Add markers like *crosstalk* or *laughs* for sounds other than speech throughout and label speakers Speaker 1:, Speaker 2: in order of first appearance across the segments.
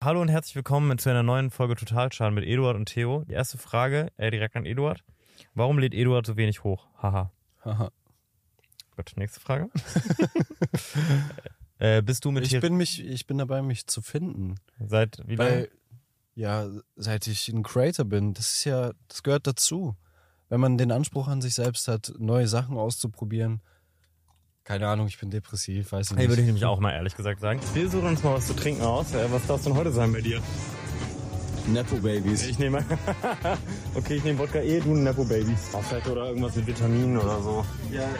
Speaker 1: Hallo und herzlich willkommen zu einer neuen Folge Totalschaden mit Eduard und Theo. Die erste Frage äh, direkt an Eduard. Warum lädt Eduard so wenig hoch? Haha.
Speaker 2: Haha.
Speaker 1: Gut, nächste *laughs* Frage. äh, bist du mit
Speaker 2: Ich
Speaker 1: Tier-
Speaker 2: bin, mich, ich bin dabei, mich zu finden.
Speaker 1: seit wie lange?
Speaker 2: Weil, ja, seit ich ein Creator bin, das ist ja, das gehört dazu. Wenn man den Anspruch an sich selbst hat, neue Sachen auszuprobieren. Keine Ahnung, ich bin depressiv, weiß ich
Speaker 1: Hey, würde ich
Speaker 2: nicht.
Speaker 1: nämlich auch mal ehrlich gesagt sagen. Wir suchen uns mal was zu trinken aus. Äh, was darf es denn heute sein bei dir?
Speaker 3: Nepo Babies.
Speaker 1: Ich nehme. *laughs* okay, ich nehme Wodka E, du ein Nepo Baby. Auch vielleicht oder irgendwas mit Vitaminen oder so.
Speaker 3: Ja, äh,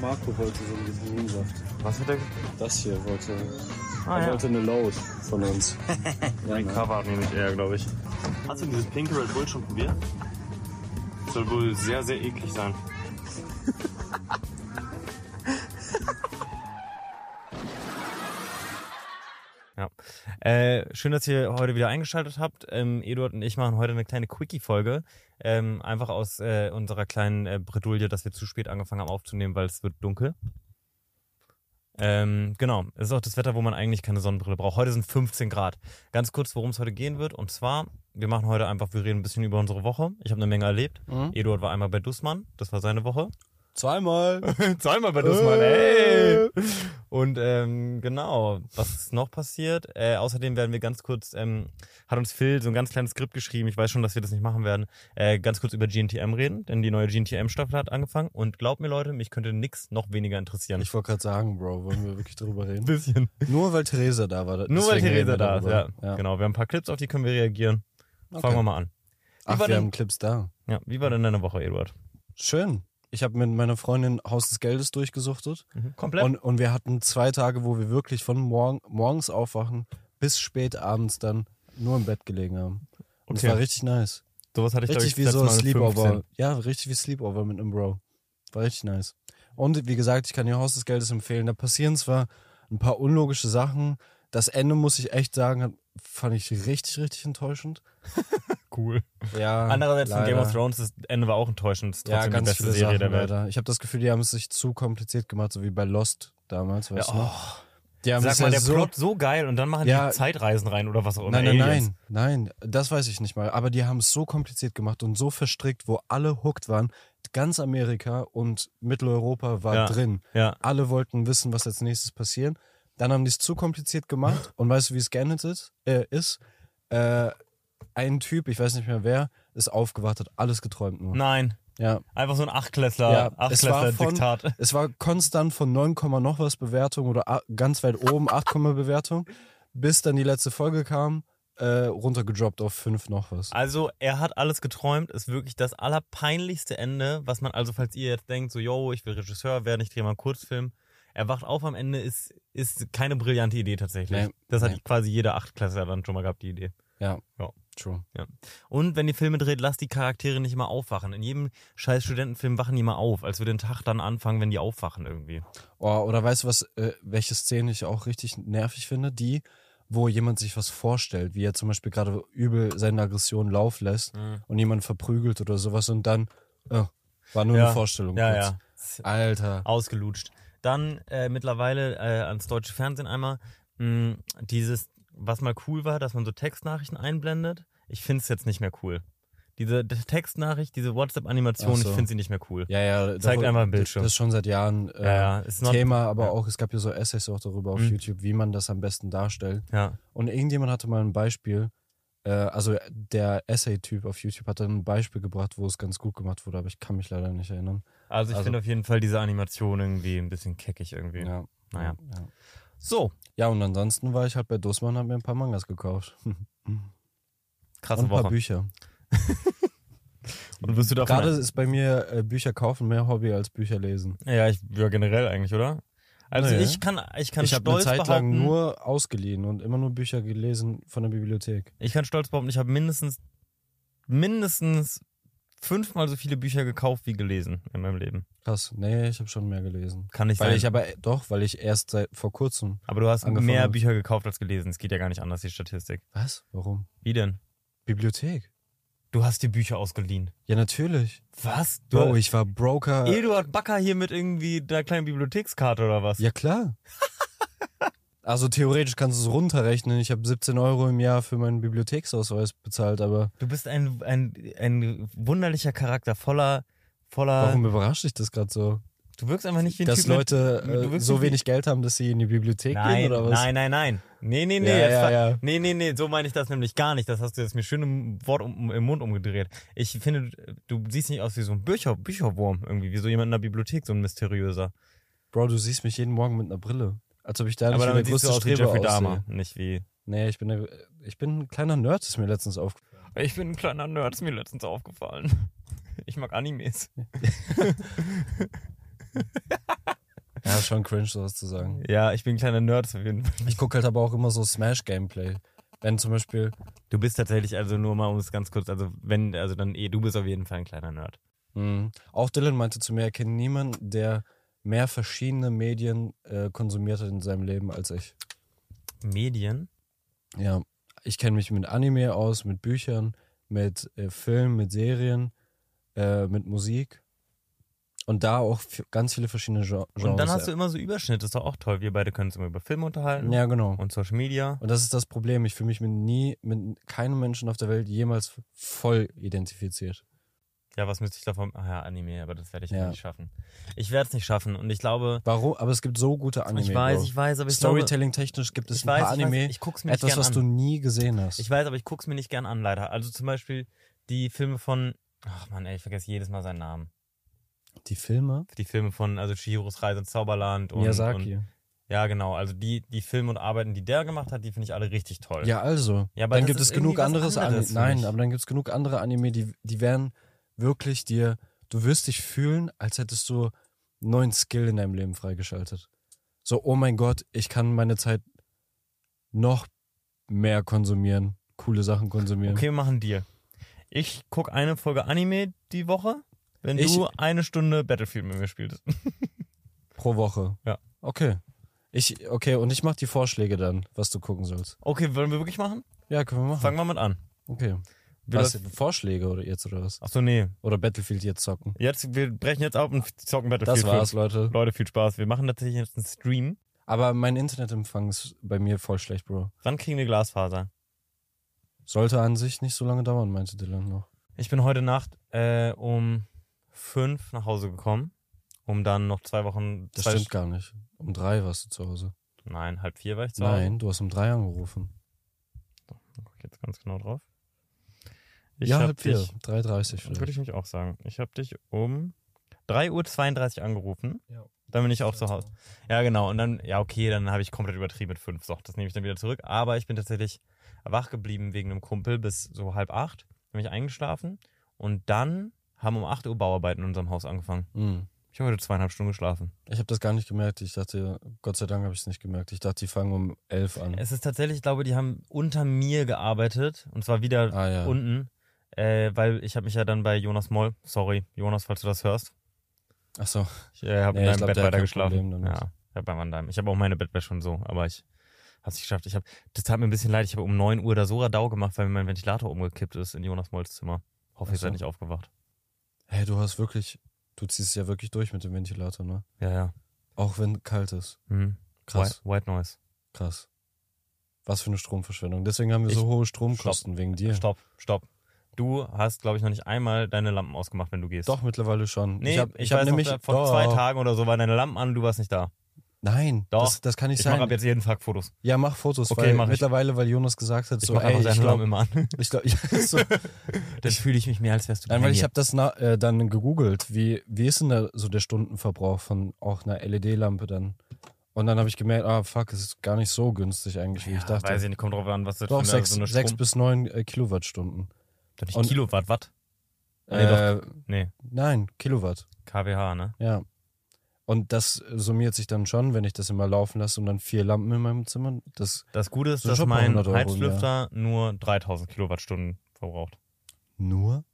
Speaker 3: Marco wollte so ein Vitaminsaft.
Speaker 1: Was hat er?
Speaker 3: Das hier wollte.
Speaker 1: Ah,
Speaker 3: er
Speaker 1: ja.
Speaker 3: wollte eine Load von uns. ja,
Speaker 1: Ein
Speaker 3: ne?
Speaker 1: Cover nehme ich eher, glaube ich.
Speaker 4: Hast du dieses pinke Red Bull schon probiert?
Speaker 1: Soll wohl sehr, sehr eklig sein. *laughs* ja. Äh, schön, dass ihr heute wieder eingeschaltet habt. Ähm, Eduard und ich machen heute eine kleine Quickie-Folge. Ähm, einfach aus äh, unserer kleinen äh, Bredouille, dass wir zu spät angefangen haben aufzunehmen, weil es wird dunkel. Ähm, genau, es ist auch das Wetter, wo man eigentlich keine Sonnenbrille braucht. Heute sind 15 Grad. Ganz kurz, worum es heute gehen wird. Und zwar, wir machen heute einfach, wir reden ein bisschen über unsere Woche. Ich habe eine Menge erlebt. Eduard war einmal bei Dussmann, das war seine Woche. *laughs*
Speaker 2: Zweimal.
Speaker 1: Zweimal bei Dussmann, ey! Und ähm, genau, was ist noch passiert? Äh, außerdem werden wir ganz kurz, ähm, hat uns Phil so ein ganz kleines Skript geschrieben, ich weiß schon, dass wir das nicht machen werden, äh, ganz kurz über GNTM reden, denn die neue GNTM-Staffel hat angefangen. Und glaubt mir Leute, mich könnte nix noch weniger interessieren.
Speaker 2: Ich wollte gerade sagen, Bro, wollen wir wirklich drüber reden?
Speaker 1: bisschen.
Speaker 2: Nur weil Theresa da war.
Speaker 1: Nur weil
Speaker 2: deswegen reden
Speaker 1: Theresa
Speaker 2: wir
Speaker 1: da ist, ja.
Speaker 2: darüber.
Speaker 1: Genau, wir haben ein paar Clips, auf die können wir reagieren.
Speaker 2: Okay.
Speaker 1: Fangen wir mal an. war
Speaker 2: Ach, wir
Speaker 1: denn-
Speaker 2: haben Clips da.
Speaker 1: Ja, wie war denn deine Woche, Eduard?
Speaker 2: Schön. Ich habe mit meiner Freundin Haus des Geldes durchgesuchtet.
Speaker 1: Komplett?
Speaker 2: Und, und wir hatten zwei Tage, wo wir wirklich von morgen, morgens aufwachen bis spät abends dann nur im Bett gelegen haben. Und es
Speaker 1: Okay.
Speaker 2: war richtig nice.
Speaker 1: Sowas hatte ich, glaube ich,
Speaker 2: richtig wie
Speaker 1: das
Speaker 2: so
Speaker 1: letzte Mal mit
Speaker 2: Sleepover.
Speaker 1: 15.
Speaker 2: Ja, richtig wie Sleepover mit einem Bro. War richtig nice. Und wie gesagt, ich kann ihr Haus des Geldes empfehlen. Da passieren zwar ein paar unlogische Sachen. Das Ende, muss ich echt sagen, hat, fand ich richtig, richtig enttäuschend.
Speaker 1: Cool.
Speaker 2: Ja,
Speaker 1: Andererseits von
Speaker 2: Ah, leider.
Speaker 1: Game of Thrones, das Ende war auch enttäuschend. Ist
Speaker 2: Ja,
Speaker 1: trotzdem
Speaker 2: ganz
Speaker 1: die beste
Speaker 2: viele
Speaker 1: Serie
Speaker 2: Sachen,
Speaker 1: der Welt.
Speaker 2: leider. Ich habe das Gefühl, die haben es sich zu kompliziert gemacht, so wie bei Lost damals. Weißt
Speaker 1: Ja, oh,
Speaker 2: du? Die haben
Speaker 1: Sag
Speaker 2: es
Speaker 1: mal,
Speaker 2: ja
Speaker 1: der
Speaker 2: so
Speaker 1: Plot so geil und dann machen
Speaker 2: Ja.
Speaker 1: die Zeitreisen rein oder was auch immer.
Speaker 2: Nein, nein,
Speaker 1: Aliens.
Speaker 2: nein, nein, das weiß ich nicht mal. Aber die haben es so kompliziert gemacht und so verstrickt, wo alle hooked waren. Ganz Amerika und Mitteleuropa war
Speaker 1: Ja.
Speaker 2: drin.
Speaker 1: Ja.
Speaker 2: Alle wollten wissen, was als nächstes passiert. Dann haben die es zu kompliziert
Speaker 1: *laughs*
Speaker 2: gemacht und weißt du, wie es geendet ist? Äh, ist? Äh, ein Typ, ich weiß nicht mehr wer, ist aufgewacht, hat alles geträumt nur.
Speaker 1: Nein.
Speaker 2: Ja.
Speaker 1: Einfach so ein Achtklässler,
Speaker 2: Hm. Ja, es war, von,
Speaker 1: Achtklässler-Diktat.
Speaker 2: es war konstant von 9, noch was Bewertung oder a- ganz weit oben 8, Komma Bewertung, bis dann die letzte Folge kam, äh, runtergedroppt auf 5 noch was.
Speaker 1: Also, er hat alles geträumt, ist wirklich das allerpeinlichste Ende, was man, also, falls ihr jetzt denkt, so, yo, ich will Regisseur werden, ich drehe mal einen Kurzfilm. Er wacht auf am Ende, ist, ist keine brillante Idee tatsächlich.
Speaker 2: Nee,
Speaker 1: das hat
Speaker 2: nee.
Speaker 1: quasi jeder Achtklässler dann schon mal gehabt, die Idee.
Speaker 2: Ja,
Speaker 1: Ja.
Speaker 2: true.
Speaker 1: Und wenn ihr Filme dreht, lasst die Charaktere nicht immer aufwachen. In jedem scheiß Studentenfilm wachen die mal auf, als würde den Tag dann anfangen, wenn die aufwachen irgendwie.
Speaker 2: Oh, oder weißt du was, äh, welche Szene ich auch richtig nervig finde? Die, wo jemand sich was vorstellt, wie er zum Beispiel gerade übel seine Aggression laufen lässt
Speaker 1: Mhm.
Speaker 2: und jemand verprügelt oder sowas und dann, äh, war nur eine Vorstellung.
Speaker 1: Ja,
Speaker 2: kurz.
Speaker 1: ja.
Speaker 2: Alter.
Speaker 1: ausgelutscht. Dann äh, mittlerweile äh, ans deutsche Fernsehen einmal mh, dieses, was mal cool war, dass man so Textnachrichten einblendet. Ich finde es jetzt nicht mehr cool. Diese d- Textnachricht, diese WhatsApp-Animation,
Speaker 2: Ach so.
Speaker 1: ich finde sie nicht mehr cool.
Speaker 2: Ja, ja.
Speaker 1: Zeigt
Speaker 2: darüber-
Speaker 1: einfach ein Bildschirm.
Speaker 2: Das ist schon seit Jahren äh,
Speaker 1: Ja, ja, ist not-
Speaker 2: Thema, aber
Speaker 1: ja.
Speaker 2: auch, es gab ja so Essays auch darüber auf
Speaker 1: Mhm.
Speaker 2: YouTube, wie man das am besten darstellt.
Speaker 1: Ja.
Speaker 2: Und irgendjemand hatte mal ein Beispiel, äh, also der Essay-Typ auf YouTube hat dann ein Beispiel gebracht, wo es ganz gut gemacht wurde, aber ich kann mich leider nicht erinnern.
Speaker 1: Also ich
Speaker 2: Also-
Speaker 1: finde auf jeden Fall diese Animation irgendwie ein bisschen keckig irgendwie.
Speaker 2: Ja.
Speaker 1: Naja.
Speaker 2: Ja.
Speaker 1: So,
Speaker 2: ja, und ansonsten war ich halt bei Dussmann und habe mir ein paar Mangas gekauft.
Speaker 1: krasse
Speaker 2: und ein paar
Speaker 1: Woche.
Speaker 2: Bücher.
Speaker 1: Und wirst du davon...
Speaker 2: Gerade ist bei mir äh, Bücher kaufen mehr Hobby als Bücher lesen.
Speaker 1: ja, ich, ja, generell eigentlich, oder? Also
Speaker 2: Naja.
Speaker 1: ich kann, ich kann
Speaker 2: ich habe eine
Speaker 1: stolz
Speaker 2: Zeit lang
Speaker 1: behaupten...
Speaker 2: nur ausgeliehen und immer nur Bücher gelesen von der Bibliothek.
Speaker 1: Ich kann stolz behaupten, ich habe mindestens, mindestens fünfmal so viele Bücher gekauft wie gelesen in meinem Leben.
Speaker 2: Krass. Nee, ich habe schon mehr gelesen.
Speaker 1: Kann nicht
Speaker 2: Weil
Speaker 1: sein.
Speaker 2: ich aber doch, weil ich erst seit vor kurzem.
Speaker 1: aber du hast
Speaker 2: angefangen
Speaker 1: mehr
Speaker 2: habe.
Speaker 1: Bücher gekauft als gelesen. Es geht ja gar nicht anders, die Statistik.
Speaker 2: Was? Warum?
Speaker 1: Wie denn?
Speaker 2: Bibliothek.
Speaker 1: Du hast dir Bücher ausgeliehen.
Speaker 2: Ja, natürlich.
Speaker 1: Was? Du,
Speaker 2: Bro, ich war Broker.
Speaker 1: Eduard Backer hier mit irgendwie der kleinen Bibliothekskarte oder was?
Speaker 2: Ja, klar. *laughs* Also theoretisch kannst du es runterrechnen. Ich habe 17 Euro im Jahr für meinen Bibliotheksausweis bezahlt, aber
Speaker 1: Du bist ein, ein, ein wunderlicher Charakter, voller, voller.
Speaker 2: warum überrascht dich das gerade so?
Speaker 1: Du wirkst einfach nicht wie ein
Speaker 2: Dass
Speaker 1: Äh, Typ mit,
Speaker 2: Leute
Speaker 1: mit- du
Speaker 2: äh,
Speaker 1: wirkst
Speaker 2: so
Speaker 1: nicht
Speaker 2: wenig Geld haben, dass sie in die Bibliothek
Speaker 1: nein,
Speaker 2: gehen oder was?
Speaker 1: nein, nein, nein. Nee, nee, nee.
Speaker 2: Ja,
Speaker 1: jetzt
Speaker 2: ja,
Speaker 1: ver-
Speaker 2: ja.
Speaker 1: Nee, nee, nee, so meine ich das nämlich gar nicht. Das hast du jetzt mir schön im, Wort um, im Mund umgedreht. Ich finde, du siehst nicht aus wie so ein Bücher, Bücherwurm irgendwie, wie so jemand in der Bibliothek, so ein mysteriöser.
Speaker 2: Bro, du siehst mich jeden Morgen mit einer Brille. Als ob ich da nicht
Speaker 1: Aber
Speaker 2: wie der
Speaker 1: damit siehst du
Speaker 2: größte
Speaker 1: aus wie
Speaker 2: Streber
Speaker 1: Jeffrey
Speaker 2: aussehe.
Speaker 1: Dahmer, nicht wie...
Speaker 2: Nee, ich bin, der, ich bin ein kleiner Nerd, ist mir letztens aufgefallen.
Speaker 1: Ich bin ein kleiner Nerd, ist mir letztens aufgefallen. *laughs* Ich mag Animes.
Speaker 2: Ja, ist schon cringe, sowas zu sagen.
Speaker 1: Ja, ich bin ein kleiner Nerd auf jeden Fall.
Speaker 2: Ich gucke halt aber auch immer so Smash-Gameplay. Wenn zum Beispiel,
Speaker 1: Du bist tatsächlich also nur mal, um es ganz kurz, also wenn, also dann eh, du bist auf jeden Fall ein kleiner Nerd.
Speaker 2: mh, hm, auch Dylan meinte zu mir, er kennt niemanden, der mehr verschiedene Medien äh, konsumiert hat in seinem Leben als ich.
Speaker 1: Medien?
Speaker 2: Ja, ich kenne mich mit Anime aus, mit Büchern, mit äh, Filmen, mit Serien, äh, mit Musik. Und da auch f- ganz viele verschiedene Gen Genres.
Speaker 1: Und dann hast du immer so Überschnitt, das ist doch auch toll. Wir beide können uns immer über Filme unterhalten
Speaker 2: ja, genau.
Speaker 1: und Social Media.
Speaker 2: Und das ist das Problem. Ich fühle mich mit nie, mit keinem Menschen auf der Welt jemals voll identifiziert.
Speaker 1: Ja, was müsste ich davon? Ach ja, Anime, aber das werde ich
Speaker 2: Ja.
Speaker 1: nicht schaffen. Ich werde es nicht schaffen und ich glaube,
Speaker 2: Warum? Aber es gibt so gute Anime.
Speaker 1: ich weiß,
Speaker 2: Bro.
Speaker 1: ich weiß, aber ich
Speaker 2: Storytelling-technisch gibt
Speaker 1: glaube,
Speaker 2: es
Speaker 1: ich
Speaker 2: ein
Speaker 1: weiß,
Speaker 2: paar
Speaker 1: ich,
Speaker 2: Anime,
Speaker 1: weiß, ich guck's mir
Speaker 2: etwas,
Speaker 1: nicht gern
Speaker 2: was
Speaker 1: an.
Speaker 2: du nie gesehen hast.
Speaker 1: Ich weiß, aber ich guck's mir nicht gern an, leider. Also zum Beispiel die Filme von, ach man, ey, ich vergesse jedes Mal seinen Namen.
Speaker 2: Die Filme?
Speaker 1: Die Filme von, also Chihiros Reise ins Zauberland und, und
Speaker 2: Miyazaki.
Speaker 1: ja, genau. Also die, die Filme und Arbeiten, die der gemacht hat, die finde ich alle richtig toll.
Speaker 2: Ja, also.
Speaker 1: Ja, aber
Speaker 2: dann
Speaker 1: das
Speaker 2: gibt
Speaker 1: ist
Speaker 2: es genug
Speaker 1: irgendwie was
Speaker 2: anderes Anime.
Speaker 1: anderes für
Speaker 2: Nein,
Speaker 1: mich.
Speaker 2: aber dann gibt es genug andere Anime, die, die werden wirklich dir, du wirst dich fühlen, als hättest du einen neuen Skill in deinem Leben freigeschaltet. So, oh mein Gott, ich kann meine Zeit noch mehr konsumieren, coole Sachen konsumieren.
Speaker 1: Okay, wir machen einen Deal. Ich gucke eine Folge Anime die Woche, wenn
Speaker 2: Ich-
Speaker 1: du eine Stunde Battlefield mit mir spielst.
Speaker 2: Pro Woche.
Speaker 1: Ja.
Speaker 2: Okay. Ich, okay, und ich mach die Vorschläge dann, was du gucken sollst.
Speaker 1: Okay, wollen wir wirklich machen?
Speaker 2: Ja, können wir machen.
Speaker 1: Fangen wir mit an.
Speaker 2: okay.
Speaker 1: Wir
Speaker 2: Was,
Speaker 1: lassen-
Speaker 2: Vorschläge oder jetzt oder was?
Speaker 1: Achso, nee.
Speaker 2: Oder Battlefield jetzt zocken.
Speaker 1: Jetzt, wir brechen jetzt ab und zocken Battlefield.
Speaker 2: Das war's,
Speaker 1: fünf.
Speaker 2: Leute.
Speaker 1: Leute, viel Spaß. Wir machen tatsächlich jetzt einen Stream.
Speaker 2: Aber mein Internetempfang ist bei mir voll schlecht, Bro.
Speaker 1: Wann kriegen wir Glasfaser?
Speaker 2: Sollte an sich nicht so lange dauern, meinte Dylan noch.
Speaker 1: Ich bin heute Nacht äh, um fünf nach Hause gekommen, um dann noch zwei Wochen.
Speaker 2: Das
Speaker 1: zwei
Speaker 2: stimmt gar nicht. Um drei warst du zu Hause.
Speaker 1: Nein, halb vier war ich zu Hause.
Speaker 2: Nein, du hast um drei angerufen.
Speaker 1: Ich guck jetzt ganz genau drauf.
Speaker 2: ja,
Speaker 1: hab
Speaker 2: halb vier.
Speaker 1: dich-
Speaker 2: 3.30 vielleicht.
Speaker 1: Würde ich mich auch sagen. Ich habe dich um 3.32 Uhr angerufen.
Speaker 2: Ja.
Speaker 1: Dann bin ich auch zu Hause. Ja, genau. Und dann, ja, okay, dann habe ich komplett übertrieben mit 5. So, das nehme ich dann wieder zurück. Aber ich bin tatsächlich wach geblieben wegen einem Kumpel bis so halb acht. Dann bin ich eingeschlafen. Und dann haben um 8 Uhr Bauarbeiten in unserem Haus angefangen.
Speaker 2: Hm.
Speaker 1: Ich habe heute zweieinhalb Stunden geschlafen.
Speaker 2: Ich habe das gar nicht gemerkt. Ich dachte, Gott sei Dank habe ich es nicht gemerkt. Ich dachte, die fangen um elf an.
Speaker 1: Es ist tatsächlich, ich glaube, die haben unter mir gearbeitet. Und zwar wieder
Speaker 2: ah ja.
Speaker 1: unten. Äh, weil ich habe mich ja dann bei Jonas Moll, sorry, Jonas, falls du das hörst,
Speaker 2: Ach so.
Speaker 1: Ich äh, habe
Speaker 2: Nee,
Speaker 1: in meinem
Speaker 2: ich glaub,
Speaker 1: Bett
Speaker 2: der hat
Speaker 1: weiter
Speaker 2: kein
Speaker 1: geschlafen.
Speaker 2: Problem damit.
Speaker 1: Ja, ich habe meinem Daim. Ich habe auch meine Bettwäsche schon so, aber ich hab's nicht geschafft. Ich hab, das tat mir ein bisschen leid. Ich habe um 9 Uhr da so Radau gemacht, weil mir mein Ventilator umgekippt ist in Jonas Molls Zimmer. Hoffe,
Speaker 2: Ach
Speaker 1: ihr seid
Speaker 2: so.
Speaker 1: nicht aufgewacht.
Speaker 2: Hey, du hast wirklich, du ziehst es ja wirklich durch mit dem Ventilator, ne?
Speaker 1: Ja, ja.
Speaker 2: Auch wenn kalt ist.
Speaker 1: Hm.
Speaker 2: Krass,
Speaker 1: White, White Noise.
Speaker 2: krass. Was für eine Stromverschwendung. Deswegen haben wir so
Speaker 1: Ich-
Speaker 2: hohe Stromkosten wegen dir.
Speaker 1: Stopp, stopp. Du hast, glaube ich, noch nicht einmal deine Lampen ausgemacht, wenn du gehst.
Speaker 2: Doch, mittlerweile schon.
Speaker 1: Nee,
Speaker 2: ich
Speaker 1: ich,
Speaker 2: habe ich
Speaker 1: weiß
Speaker 2: hab
Speaker 1: noch,
Speaker 2: nämlich
Speaker 1: vor zwei
Speaker 2: Doch.
Speaker 1: Tagen oder so waren deine Lampen an, du warst nicht da.
Speaker 2: Nein,
Speaker 1: Doch.
Speaker 2: Das, das kann nicht
Speaker 1: Ich mache
Speaker 2: sein.
Speaker 1: ab jetzt jeden Tag Fotos.
Speaker 2: ja, mach Fotos,
Speaker 1: Okay,
Speaker 2: weil
Speaker 1: mach ich.
Speaker 2: mittlerweile, weil Jonas gesagt hat,
Speaker 1: Ich
Speaker 2: so,
Speaker 1: mache
Speaker 2: ey,
Speaker 1: einfach
Speaker 2: ich
Speaker 1: deine Lampen
Speaker 2: glaube,
Speaker 1: immer
Speaker 2: *laughs*
Speaker 1: an.
Speaker 2: ich glaube, ja,
Speaker 1: *laughs*
Speaker 2: so,
Speaker 1: Dann fühle ich mich mehr, als wärst du
Speaker 2: nein, weil
Speaker 1: bei
Speaker 2: ich
Speaker 1: mir.
Speaker 2: habe das na, äh, dann gegoogelt, wie wie ist denn da so der Stundenverbrauch von auch einer LED-Lampe dann? Und dann habe ich gemerkt, ah fuck, es ist gar nicht so günstig eigentlich, wie
Speaker 1: ja,
Speaker 2: ich
Speaker 1: weiß
Speaker 2: dachte.
Speaker 1: ich nicht, kommt drauf an, was das
Speaker 2: Doch,
Speaker 1: für eine,
Speaker 2: sechs,
Speaker 1: so eine
Speaker 2: sechs
Speaker 1: Strom-
Speaker 2: bis neun äh, Kilowattstunden.
Speaker 1: Doch nicht
Speaker 2: Und-
Speaker 1: Kilowatt, Watt? Nee,
Speaker 2: äh,
Speaker 1: Nee,
Speaker 2: nein, Kilowatt.
Speaker 1: KWH, ne?
Speaker 2: Ja. Und das summiert sich dann schon, wenn ich das immer laufen lasse und dann vier Lampen in meinem Zimmer. Das
Speaker 1: Das Gute ist,
Speaker 2: Sind
Speaker 1: dass
Speaker 2: schon ein paar
Speaker 1: mein
Speaker 2: hundert Euro im
Speaker 1: Heizlüfter nur 3000 Kilowattstunden verbraucht.
Speaker 2: nur?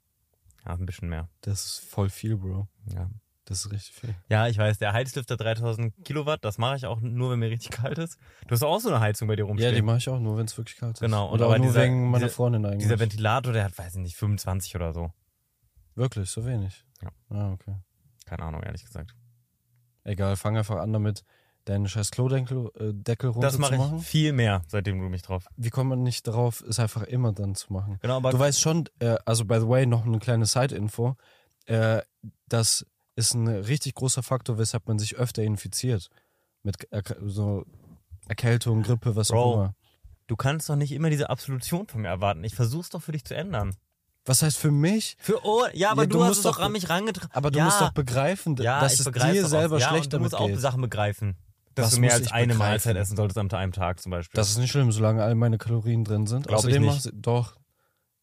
Speaker 1: Ja, ein bisschen mehr.
Speaker 2: Das ist voll viel, Bro.
Speaker 1: Ja,
Speaker 2: Das ist richtig viel.
Speaker 1: ja ich weiß, der Heizlüfter 3000 Kilowatt, das mache ich auch nur, wenn mir richtig *laughs* kalt ist. Du hast auch so eine Heizung bei dir
Speaker 2: Ja,
Speaker 1: rumstehen.
Speaker 2: die mache ich auch nur, wenn es wirklich kalt ist.
Speaker 1: Genau, und
Speaker 2: Und auch
Speaker 1: aber
Speaker 2: nur
Speaker 1: dieser-
Speaker 2: wegen meiner
Speaker 1: diese-
Speaker 2: Freundin eigentlich.
Speaker 1: Dieser Ventilator, der hat, weiß ich nicht, 25 oder so.
Speaker 2: wirklich, so wenig.
Speaker 1: Ja.
Speaker 2: Ah, okay.
Speaker 1: Keine Ahnung, ehrlich gesagt.
Speaker 2: Egal, fang einfach an damit, deinen scheiß Klodeckel äh, Deckel
Speaker 1: Das mache
Speaker 2: runterzumachen.
Speaker 1: ich viel mehr, seitdem du mich drauf.
Speaker 2: Wie kommt man nicht darauf, es einfach immer dann zu machen?
Speaker 1: Genau, aber
Speaker 2: du weißt schon, äh, also by the way, noch eine kleine Side-Info. Äh, das ist ein richtig großer Faktor, weshalb man sich öfter infiziert. Mit Erk so Erkältung, Grippe, was
Speaker 1: Bro.
Speaker 2: auch immer.
Speaker 1: du kannst doch nicht immer diese Absolution von mir erwarten. Ich versuch's doch für dich zu ändern.
Speaker 2: Was heißt für mich?
Speaker 1: Für oh, ja, aber
Speaker 2: Ja,
Speaker 1: du,
Speaker 2: du
Speaker 1: hast
Speaker 2: musst
Speaker 1: es doch
Speaker 2: doch-
Speaker 1: an mich rangetragen.
Speaker 2: Aber du
Speaker 1: ja,
Speaker 2: musst doch begreifen, d-
Speaker 1: ja,
Speaker 2: dass
Speaker 1: ich
Speaker 2: es
Speaker 1: begreif
Speaker 2: dir
Speaker 1: doch
Speaker 2: selber
Speaker 1: auch. ja,
Speaker 2: schlecht
Speaker 1: und du
Speaker 2: damit
Speaker 1: musst auch
Speaker 2: geht.
Speaker 1: Sachen begreifen. Dass
Speaker 2: Was
Speaker 1: du mehr
Speaker 2: muss
Speaker 1: als
Speaker 2: ich
Speaker 1: eine
Speaker 2: begreifen?
Speaker 1: Mahlzeit essen solltest am einem Tag zum Beispiel.
Speaker 2: Das ist nicht schlimm, solange all meine Kalorien drin sind.
Speaker 1: Glaub ich
Speaker 2: Außerdem
Speaker 1: nicht.
Speaker 2: machst du- doch,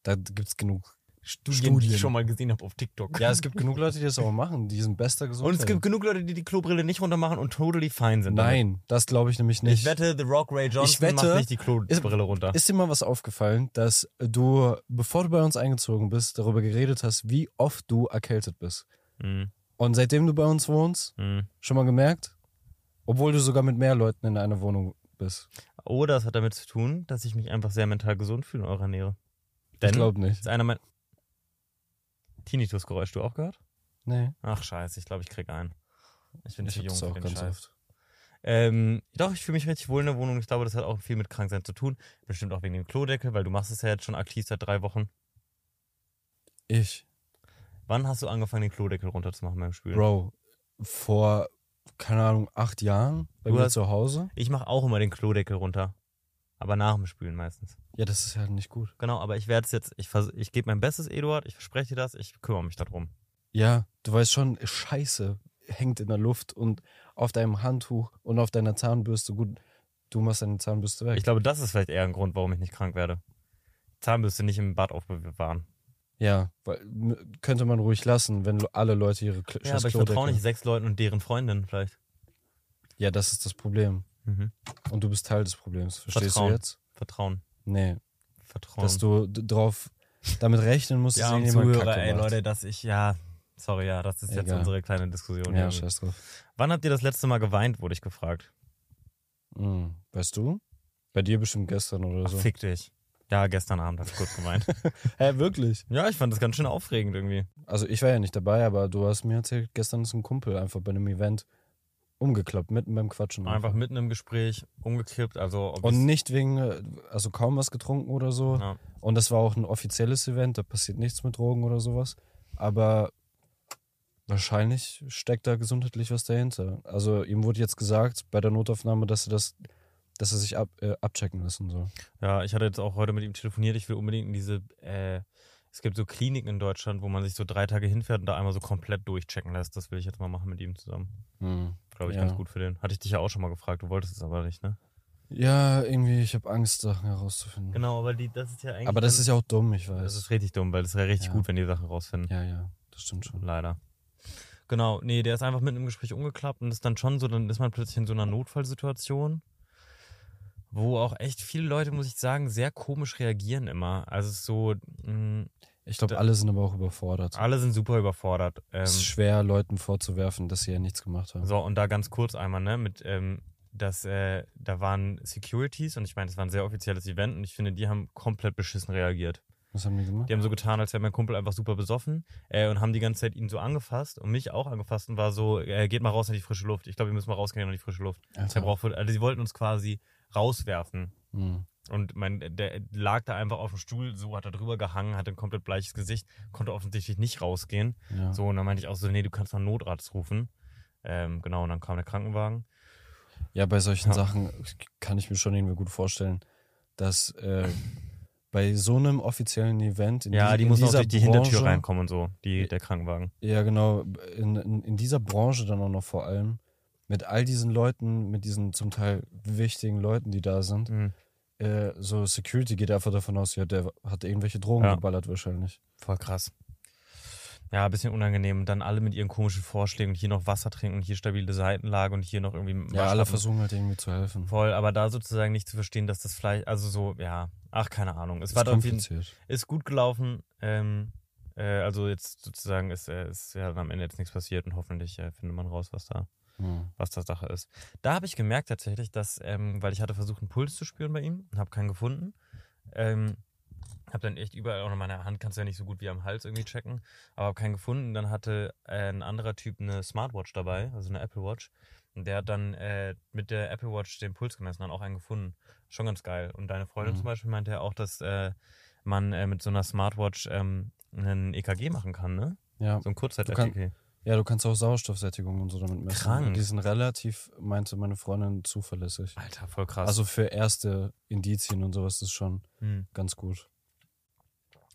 Speaker 2: da gibt's genug.
Speaker 1: Studien, die
Speaker 2: Studien.
Speaker 1: ich schon mal gesehen habe auf TikTok.
Speaker 2: Ja, es gibt genug Leute, die das auch machen. Die sind bester Gesundheit.
Speaker 1: und es gibt genug Leute, die die Klobrille nicht runtermachen und totally fine sind. damit.
Speaker 2: Nein, das glaube ich nämlich nicht.
Speaker 1: Ich wette, The Rock Ray Johnson
Speaker 2: Ich wette,
Speaker 1: macht nicht die Klobrille runter.
Speaker 2: Ist dir mal was aufgefallen, dass du, bevor du bei uns eingezogen bist, darüber geredet hast, wie oft du erkältet bist?
Speaker 1: Mhm.
Speaker 2: Und seitdem du bei uns wohnst,
Speaker 1: Mhm.
Speaker 2: schon mal gemerkt? Obwohl du sogar mit mehr Leuten in einer Wohnung bist.
Speaker 1: Oder es hat damit zu tun, dass ich mich einfach sehr mental gesund fühle in eurer Nähe. Denn
Speaker 2: ich glaube nicht.
Speaker 1: ist einer meiner. Tinnitus-Geräusch, du auch gehört?
Speaker 2: Nee.
Speaker 1: Ach, scheiße, ich glaube, ich krieg einen. Ich bin
Speaker 2: ich
Speaker 1: zu
Speaker 2: hab
Speaker 1: jung
Speaker 2: das
Speaker 1: für
Speaker 2: auch
Speaker 1: den
Speaker 2: ganz
Speaker 1: Scheiß.
Speaker 2: oft.
Speaker 1: Ähm, doch, ich fühle mich richtig wohl in der Wohnung. Ich glaube, das hat auch viel mit Kranksein zu tun. Bestimmt auch wegen dem Klodeckel, weil du machst es ja jetzt schon aktiv seit drei Wochen.
Speaker 2: Ich,
Speaker 1: Wann hast du angefangen, den Klodeckel runterzumachen beim Spülen?
Speaker 2: Bro, vor, keine Ahnung, acht Jahren bei
Speaker 1: Du
Speaker 2: mir
Speaker 1: hast-
Speaker 2: zu Hause.
Speaker 1: Ich mache auch immer den Klodeckel runter. Aber nach dem Spülen meistens.
Speaker 2: Ja, das ist halt nicht gut.
Speaker 1: Genau, aber ich werde es jetzt, ich, vers- ich gebe mein Bestes, Eduard, ich verspreche dir das, ich kümmere mich darum.
Speaker 2: Ja, du weißt schon, Scheiße hängt in der Luft und auf deinem Handtuch und auf deiner Zahnbürste. Gut, du machst deine Zahnbürste weg.
Speaker 1: Ich glaube, das ist vielleicht eher ein Grund, warum ich nicht krank werde. Zahnbürste nicht im Bad aufbewahren.
Speaker 2: Ja, weil, m- könnte man ruhig lassen, wenn lo- alle Leute ihre Kl
Speaker 1: Ja,
Speaker 2: scheiß
Speaker 1: aber ich
Speaker 2: Klodeckel-
Speaker 1: vertraue nicht sechs Leuten und deren Freundinnen vielleicht.
Speaker 2: Ja, das ist das Problem.
Speaker 1: Mhm.
Speaker 2: Und du bist Teil des Problems. Verstehst
Speaker 1: Vertrauen.
Speaker 2: du jetzt?
Speaker 1: Vertrauen.
Speaker 2: Nee,
Speaker 1: Vertrauen.
Speaker 2: dass du d- drauf damit rechnen musst,
Speaker 1: ja,
Speaker 2: dass
Speaker 1: und
Speaker 2: irgendjemand
Speaker 1: Zuhörer,
Speaker 2: Kacke
Speaker 1: ey,
Speaker 2: macht.
Speaker 1: Leute, dass ich, ja, sorry, ja, das ist jetzt
Speaker 2: Egal.
Speaker 1: unsere kleine Diskussion.
Speaker 2: Ja,
Speaker 1: hier.
Speaker 2: scheiß drauf.
Speaker 1: Wann habt ihr das letzte Mal geweint, wurde ich gefragt.
Speaker 2: Mhm. Weißt du? Bei dir bestimmt gestern oder so.
Speaker 1: Ach, fick dich. Ja, gestern Abend habe ich kurz *laughs* geweint.
Speaker 2: Hä, wirklich?
Speaker 1: ja, ich fand das ganz schön aufregend irgendwie.
Speaker 2: Also ich war ja nicht dabei, aber du hast mir erzählt, gestern ist ein Kumpel einfach bei einem Event umgeklappt, mitten beim Quatschen.
Speaker 1: Einfach mitten im Gespräch, umgekippt, also ob
Speaker 2: Und
Speaker 1: ich's-
Speaker 2: nicht wegen, äh, also kaum was getrunken oder so.
Speaker 1: Ja.
Speaker 2: Und das war auch ein offizielles Event, da passiert nichts mit Drogen oder sowas. Aber wahrscheinlich steckt da gesundheitlich was dahinter. Also ihm wurde jetzt gesagt bei der Notaufnahme, dass er das, dass er sich ab, äh, abchecken lassen soll.
Speaker 1: Ja, ich hatte jetzt auch heute mit ihm telefoniert. Ich will unbedingt in diese. Äh, es gibt so Kliniken in Deutschland, wo man sich so drei Tage hinfährt und da einmal so komplett durchchecken lässt. Das will ich jetzt mal machen mit ihm zusammen. Glaube ich
Speaker 2: Ja.
Speaker 1: ganz gut für den. Hatte ich dich ja auch schon mal gefragt. Du wolltest es aber nicht, ne?
Speaker 2: Ja, irgendwie, ich habe Angst, Sachen herauszufinden.
Speaker 1: Genau, aber die, das ist ja eigentlich.
Speaker 2: Aber das ist ja auch dumm, ich weiß.
Speaker 1: Das ist richtig dumm, weil das wäre richtig
Speaker 2: Ja.
Speaker 1: gut, wenn die Sachen rausfinden.
Speaker 2: ja, ja, das stimmt schon.
Speaker 1: Leider. Genau, nee, der ist einfach mitten im Gespräch umgeklappt und ist dann schon so, dann ist man plötzlich in so einer Notfallsituation, wo auch echt viele Leute, muss ich sagen, sehr komisch reagieren immer. Also es ist so, mh,
Speaker 2: Ich glaube,
Speaker 1: Da-
Speaker 2: alle sind aber auch überfordert.
Speaker 1: alle sind super überfordert. Ähm, Also,
Speaker 2: es ist schwer, Leuten vorzuwerfen, dass sie ja nichts gemacht haben.
Speaker 1: So, und da ganz kurz einmal, ne, mit, ähm, dass, äh, da waren Securities und ich meine, das war ein sehr offizielles Event und ich finde, die haben komplett beschissen reagiert.
Speaker 2: Was haben die gemacht?
Speaker 1: Die haben so getan, als wäre mein Kumpel einfach super besoffen äh, und haben die ganze Zeit ihn so angefasst und mich auch angefasst und war so, äh, geht mal raus in die frische Luft. Ich glaube, wir müssen mal rausgehen in die frische Luft.
Speaker 2: Alter.
Speaker 1: Der braucht, also sie wollten uns quasi rauswerfen.
Speaker 2: Hm.
Speaker 1: Und mein, der lag da einfach auf dem Stuhl, so hat er drüber gehangen, hatte ein komplett bleiches Gesicht, konnte offensichtlich nicht rausgehen.
Speaker 2: Ja.
Speaker 1: So, und dann meinte ich auch so, nee, du kannst noch einen Notarzt rufen. Ähm, genau, und dann kam der Krankenwagen.
Speaker 2: ja, bei solchen
Speaker 1: Ja.
Speaker 2: Sachen kann ich mir schon irgendwie gut vorstellen, dass äh, bei so einem offiziellen Event in,
Speaker 1: Ja,
Speaker 2: diese-
Speaker 1: die
Speaker 2: in
Speaker 1: mussten auch
Speaker 2: dieser
Speaker 1: durch die
Speaker 2: Branche,
Speaker 1: Hintertür reinkommen und so, die, der Krankenwagen.
Speaker 2: Ja, genau. In, in, in dieser Branche dann auch noch vor allem mit all diesen Leuten, mit diesen zum Teil wichtigen Leuten, die da sind,
Speaker 1: Mhm.
Speaker 2: äh, so Security geht einfach davon aus, ja, der hat irgendwelche Drogen
Speaker 1: Ja.
Speaker 2: geballert wahrscheinlich.
Speaker 1: Voll krass. Ja, ein bisschen unangenehm. Und Dann alle mit ihren komischen Vorschlägen und hier noch Wasser trinken und hier stabile Seitenlage und hier noch irgendwie.
Speaker 2: Ja, alle
Speaker 1: Waschlappen.
Speaker 2: versuchen halt irgendwie zu helfen.
Speaker 1: Voll, aber da sozusagen nicht zu verstehen, dass das vielleicht, also so, ja, ach, keine Ahnung. Es
Speaker 2: Ist
Speaker 1: war auf jeden
Speaker 2: kompliziert.
Speaker 1: ist gut gelaufen. Ähm, äh, also jetzt sozusagen ist, äh, ist ja dann am Ende jetzt nichts passiert und hoffentlich äh, findet man raus, was da
Speaker 2: Hm.
Speaker 1: was das Sache ist. Da habe ich gemerkt tatsächlich, dass, ähm, weil ich hatte versucht, einen Puls zu spüren bei ihm und habe keinen gefunden. Ähm, habe dann echt überall, auch an meiner Hand kannst du ja nicht so gut wie am Hals irgendwie checken, aber habe keinen gefunden. Dann hatte äh, ein anderer Typ eine Smartwatch dabei, also eine Apple Watch. Und der hat dann äh, mit der Apple Watch den Puls gemessen, hat auch einen gefunden. Schon ganz geil. Und deine Freundin
Speaker 2: Mhm.
Speaker 1: zum Beispiel meinte ja auch, dass äh, man äh, mit so einer Smartwatch ähm, einen EKG machen kann, ne?
Speaker 2: Ja.
Speaker 1: So ein kurzzeit
Speaker 2: Du kannst- ja, du kannst auch Sauerstoffsättigung und so damit messen.
Speaker 1: Krank.
Speaker 2: Die sind relativ, meinte meine Freundin, zuverlässig.
Speaker 1: Alter, voll krass.
Speaker 2: Also für erste Indizien und sowas ist schon
Speaker 1: Hm,
Speaker 2: ganz gut.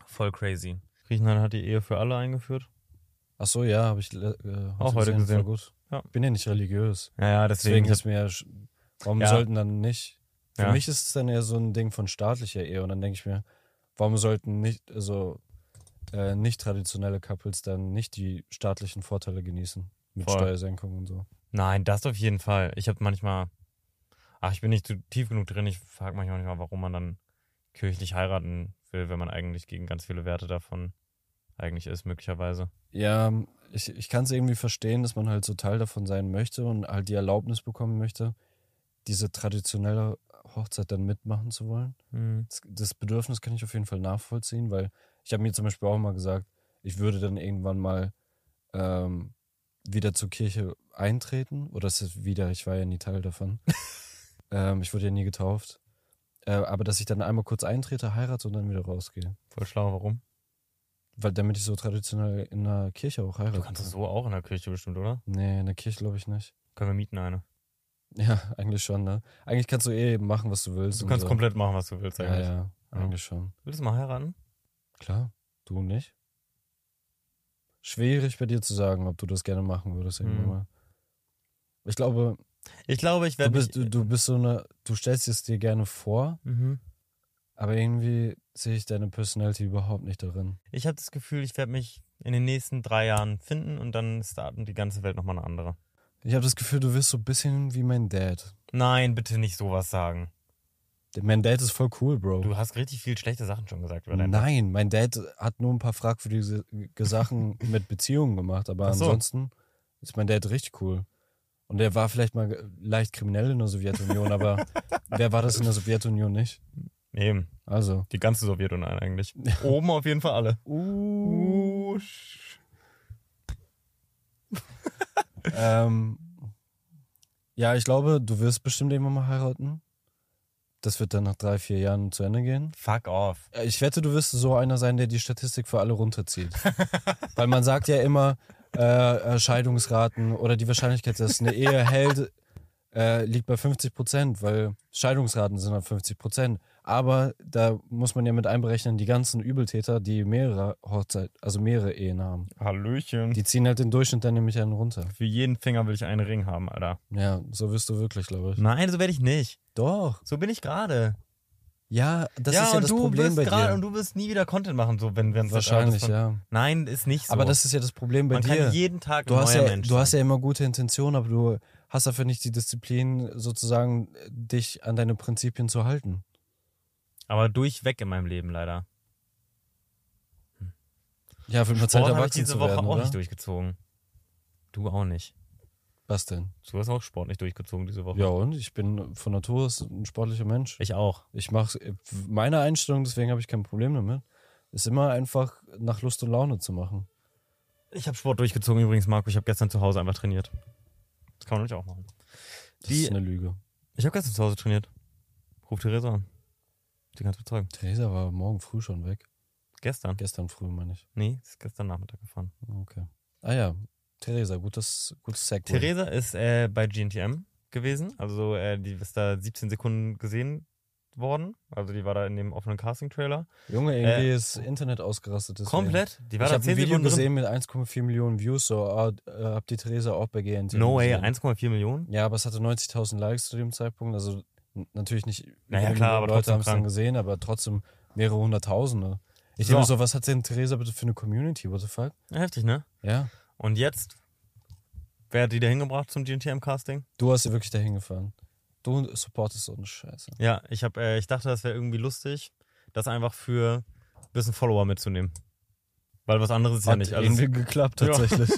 Speaker 1: voll crazy. Griechenland hat die Ehe für alle eingeführen.
Speaker 2: Ach so, ja, habe ich le- äh,
Speaker 1: Auch heute gesehen.
Speaker 2: Voll gut.
Speaker 1: Ja.
Speaker 2: Bin ja nicht religiös.
Speaker 1: Ja, ja,
Speaker 2: Deswegen,
Speaker 1: deswegen.
Speaker 2: ist mir ja, sch- warum
Speaker 1: Ja.
Speaker 2: sollten dann nicht? Für
Speaker 1: Ja.
Speaker 2: mich ist es dann eher so ein Ding von staatlicher Ehe und dann denke ich mir, warum sollten nicht, also äh, nicht traditionelle Couples dann nicht die staatlichen Vorteile genießen mit
Speaker 1: Voll.
Speaker 2: Steuersenkungen und so?
Speaker 1: Nein, das auf jeden Fall. Ich habe manchmal. Ach, ich bin nicht zu tief genug drin. Ich frage manchmal nicht mal, warum man dann kirchlich heiraten will, wenn man eigentlich gegen ganz viele Werte davon eigentlich ist, möglicherweise.
Speaker 2: Ja, ich, ich kann es irgendwie verstehen, dass man halt so Teil davon sein möchte und halt die Erlaubnis bekommen möchte, diese traditionelle Hochzeit dann mitmachen zu wollen.
Speaker 1: Hm,
Speaker 2: Das, das Bedürfnis kann ich auf jeden Fall nachvollziehen, weil ich habe mir zum Beispiel auch mal gesagt, ich würde dann irgendwann mal ähm, wieder zur Kirche eintreten. Oder es ist wieder, ich war ja nie
Speaker 1: *laughs*
Speaker 2: Teil davon. ähm, ich wurde ja nie getauft. Äh, aber dass ich dann einmal kurz eintrete, heirate und dann wieder rausgehe.
Speaker 1: Voll schlau, warum?
Speaker 2: Weil damit ich so traditionell in der Kirche auch heirate.
Speaker 1: Du kannst das so auch in der Kirche bestimmt, oder?
Speaker 2: Nee, in der Kirche glaube ich nicht. *laughs*
Speaker 1: Können wir mieten eine.
Speaker 2: Ja, eigentlich schon, ne? Eigentlich kannst du eh machen, was du willst.
Speaker 1: Du
Speaker 2: und
Speaker 1: kannst
Speaker 2: so.
Speaker 1: komplett machen, was du willst
Speaker 2: Ja,
Speaker 1: eigentlich.
Speaker 2: ja, eigentlich schon.
Speaker 1: Willst du mal heiraten?
Speaker 2: Klar, du nicht. Schwierig bei dir zu sagen, ob du das gerne machen würdest irgendwann
Speaker 1: Mhm.
Speaker 2: mal. Ich glaube,
Speaker 1: Ich glaube, ich
Speaker 2: du
Speaker 1: werde.
Speaker 2: bist, du, du bist so eine, du stellst es dir gerne vor,
Speaker 1: Mhm.
Speaker 2: aber irgendwie sehe ich deine Personality überhaupt nicht darin.
Speaker 1: Ich habe das Gefühl, ich werde mich in den nächsten drei Jahren finden und dann starten die ganze Welt nochmal eine andere.
Speaker 2: Ich habe das Gefühl, du wirst so ein bisschen wie mein Dad.
Speaker 1: Nein, bitte nicht sowas sagen.
Speaker 2: Der- Mein Dad ist voll cool, Bro.
Speaker 1: Du hast richtig viel schlechte Sachen schon gesagt über deinen
Speaker 2: Nein, mein Dad hat nur ein paar fragwürdige Sachen mit Beziehungen gemacht, aber
Speaker 1: Ach so.
Speaker 2: ansonsten ist mein Dad richtig cool. Und er war vielleicht mal ge- leicht kriminell in der Sowjetunion, aber wer war das in der Sowjetunion nicht?
Speaker 1: Eben,
Speaker 2: Also,
Speaker 1: die ganze Sowjetunion
Speaker 2: *laughs*
Speaker 1: eigentlich. Oben auf jeden Fall alle. Uh.
Speaker 2: ähm, ja, ich glaube, du wirst bestimmt irgendwann mal heiraten. Das wird dann nach drei, vier Jahren zu Ende gehen.
Speaker 1: Fuck off.
Speaker 2: Äh, Ich wette, du wirst so einer sein, der die Statistik für
Speaker 1: *laughs*
Speaker 2: alle runterzieht. Weil man sagt ja immer, äh, äh, Scheidungsraten oder die Wahrscheinlichkeit, dass eine
Speaker 1: *laughs*
Speaker 2: Ehe hält, äh, liegt bei 50 Prozent, weil Scheidungsraten sind halt 50 Prozent. Aber da muss man ja mit einberechnen, die ganzen Übeltäter, die mehrere Hochzeit, also mehrere Ehen haben.
Speaker 1: Hallöchen.
Speaker 2: Die ziehen halt den Durchschnitt dann nämlich einen runter.
Speaker 1: für jeden Finger will ich einen Ring haben, Alter.
Speaker 2: Ja, so wirst du wirklich, glaube ich.
Speaker 1: Nein, so werde ich nicht.
Speaker 2: Doch.
Speaker 1: So bin ich gerade.
Speaker 2: Ja, das ist ja
Speaker 1: und
Speaker 2: das
Speaker 1: du
Speaker 2: Problem
Speaker 1: bist
Speaker 2: bei
Speaker 1: gerade-
Speaker 2: dir.
Speaker 1: Und du wirst nie wieder Content machen, so wenn wir uns
Speaker 2: Wahrscheinlich, ja.
Speaker 1: Nein, ist nicht so.
Speaker 2: Aber das ist ja das Problem bei
Speaker 1: Man
Speaker 2: dir.
Speaker 1: kann jeden Tag ein
Speaker 2: du hast
Speaker 1: neuer
Speaker 2: ja,
Speaker 1: Mensch
Speaker 2: du
Speaker 1: sein.
Speaker 2: hast ja immer gute Intentionen, aber du hast dafür nicht die Disziplin, sozusagen dich an deine Prinzipien zu halten.
Speaker 1: Aber durchweg in meinem Leben leider.
Speaker 2: Ja, wird mal Zeit
Speaker 1: Sport habe ich
Speaker 2: halt erwachsen
Speaker 1: diese
Speaker 2: zu
Speaker 1: Woche
Speaker 2: werden,
Speaker 1: auch
Speaker 2: oder?
Speaker 1: nicht durchgezogen. Du auch nicht.
Speaker 2: Was denn?
Speaker 1: Du hast auch Sport nicht durchgezogen diese Woche.
Speaker 2: Ja und ich bin von Natur aus ein sportlicher Mensch.
Speaker 1: Ich auch.
Speaker 2: Ich mache meine Einstellung, deswegen habe ich kein Problem damit. Ist immer einfach nach Lust und Laune zu machen.
Speaker 1: Ich habe Sport durchgezogen übrigens, Marco. Ich habe gestern zu Hause einfach trainiert. Das kann man nämlich auch machen.
Speaker 2: Das
Speaker 1: Die-
Speaker 2: ist eine Lüge.
Speaker 1: Ich habe gestern zu Hause trainiert. Ruf Theresa an. Die kannst du bezeugen.
Speaker 2: Theresa war morgen früh schon weg.
Speaker 1: Gestern?
Speaker 2: Gestern früh meine ich.
Speaker 1: Nee, ist gestern Nachmittag gefahren.
Speaker 2: Okay. Ah ja, Theresa, gutes gutes Segway.
Speaker 1: Theresa ist äh, bei GNTM gewesen. Also äh, die ist da 17 Sekunden gesehen worden. Also die war da in dem offenen Casting-Trailer.
Speaker 2: Junge, irgendwie
Speaker 1: Äh,
Speaker 2: ist Internet ausgerastet. Deswegen.
Speaker 1: Komplett. Die war
Speaker 2: ich
Speaker 1: da
Speaker 2: habe ein
Speaker 1: 10
Speaker 2: Video
Speaker 1: Sekunden drin.
Speaker 2: gesehen mit 1,4 Millionen Views, so ah, äh, hab die Theresa auch bei GNT.
Speaker 1: No way,
Speaker 2: gesehen.
Speaker 1: 1,4 Millionen?
Speaker 2: Ja, aber es hatte 90.000 Likes zu dem Zeitpunkt, also n- natürlich nicht.
Speaker 1: Naja, klar,
Speaker 2: über Millionen
Speaker 1: aber
Speaker 2: Leute
Speaker 1: trotzdem
Speaker 2: haben es dann
Speaker 1: krank.
Speaker 2: gesehen, aber trotzdem mehrere hunderttausende. Ich
Speaker 1: So.
Speaker 2: denke mir so, was hat denn Theresa bitte für eine Community? What the fuck?
Speaker 1: Heftig, ne?
Speaker 2: Ja.
Speaker 1: Und jetzt, wer hat die da hingebracht zum GNTM-Casting?
Speaker 2: Du hast sie wirklich dahin gefahren. Du supportest so eine Scheiße.
Speaker 1: Ja, ich, hab, äh, ich dachte, das wäre irgendwie lustig, das einfach für ein bisschen Follower mitzunehmen. Weil was anderes ist ja
Speaker 2: Hat
Speaker 1: nicht.
Speaker 2: irgendwie
Speaker 1: Also,
Speaker 2: geklappt
Speaker 1: Ja. *laughs*
Speaker 2: tatsächlich.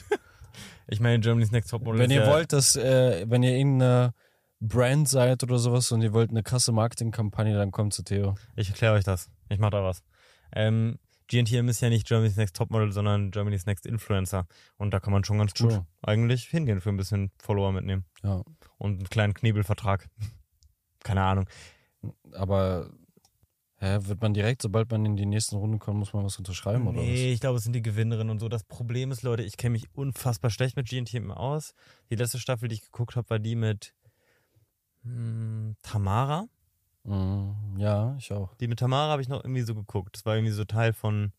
Speaker 1: ich meine, Germany's Next Topmodel
Speaker 2: Wenn
Speaker 1: ist
Speaker 2: ihr
Speaker 1: ja,
Speaker 2: wollt, dass, äh, wenn ihr irgendeine Brand seid oder sowas und ihr wollt eine krasse Marketingkampagne, dann kommt zu Theo.
Speaker 1: Ich erkläre euch das. Ich mache da was. Ähm, GNTM ist ja nicht Germany's Next Topmodel, sondern Germany's Next Influencer. Und da kann man schon ganz gut
Speaker 2: True.
Speaker 1: eigentlich hingehen für ein bisschen Follower mitnehmen.
Speaker 2: Ja.
Speaker 1: Und einen kleinen Knebelvertrag. *laughs* Keine Ahnung.
Speaker 2: Aber hä, wird man direkt, sobald man in die nächsten Runden kommt, muss man was unterschreiben oder
Speaker 1: Nee, ich glaube, es sind die Gewinnerinnen und so. Das Problem ist, Leute, ich kenne mich unfassbar schlecht mit GNTM aus. Die letzte Staffel, die ich geguckt habe, war die mit hm, Tamara.
Speaker 2: was? Mm, ja, ich auch.
Speaker 1: Die mit Tamara habe ich noch irgendwie so geguckt. Das war irgendwie so Teil von.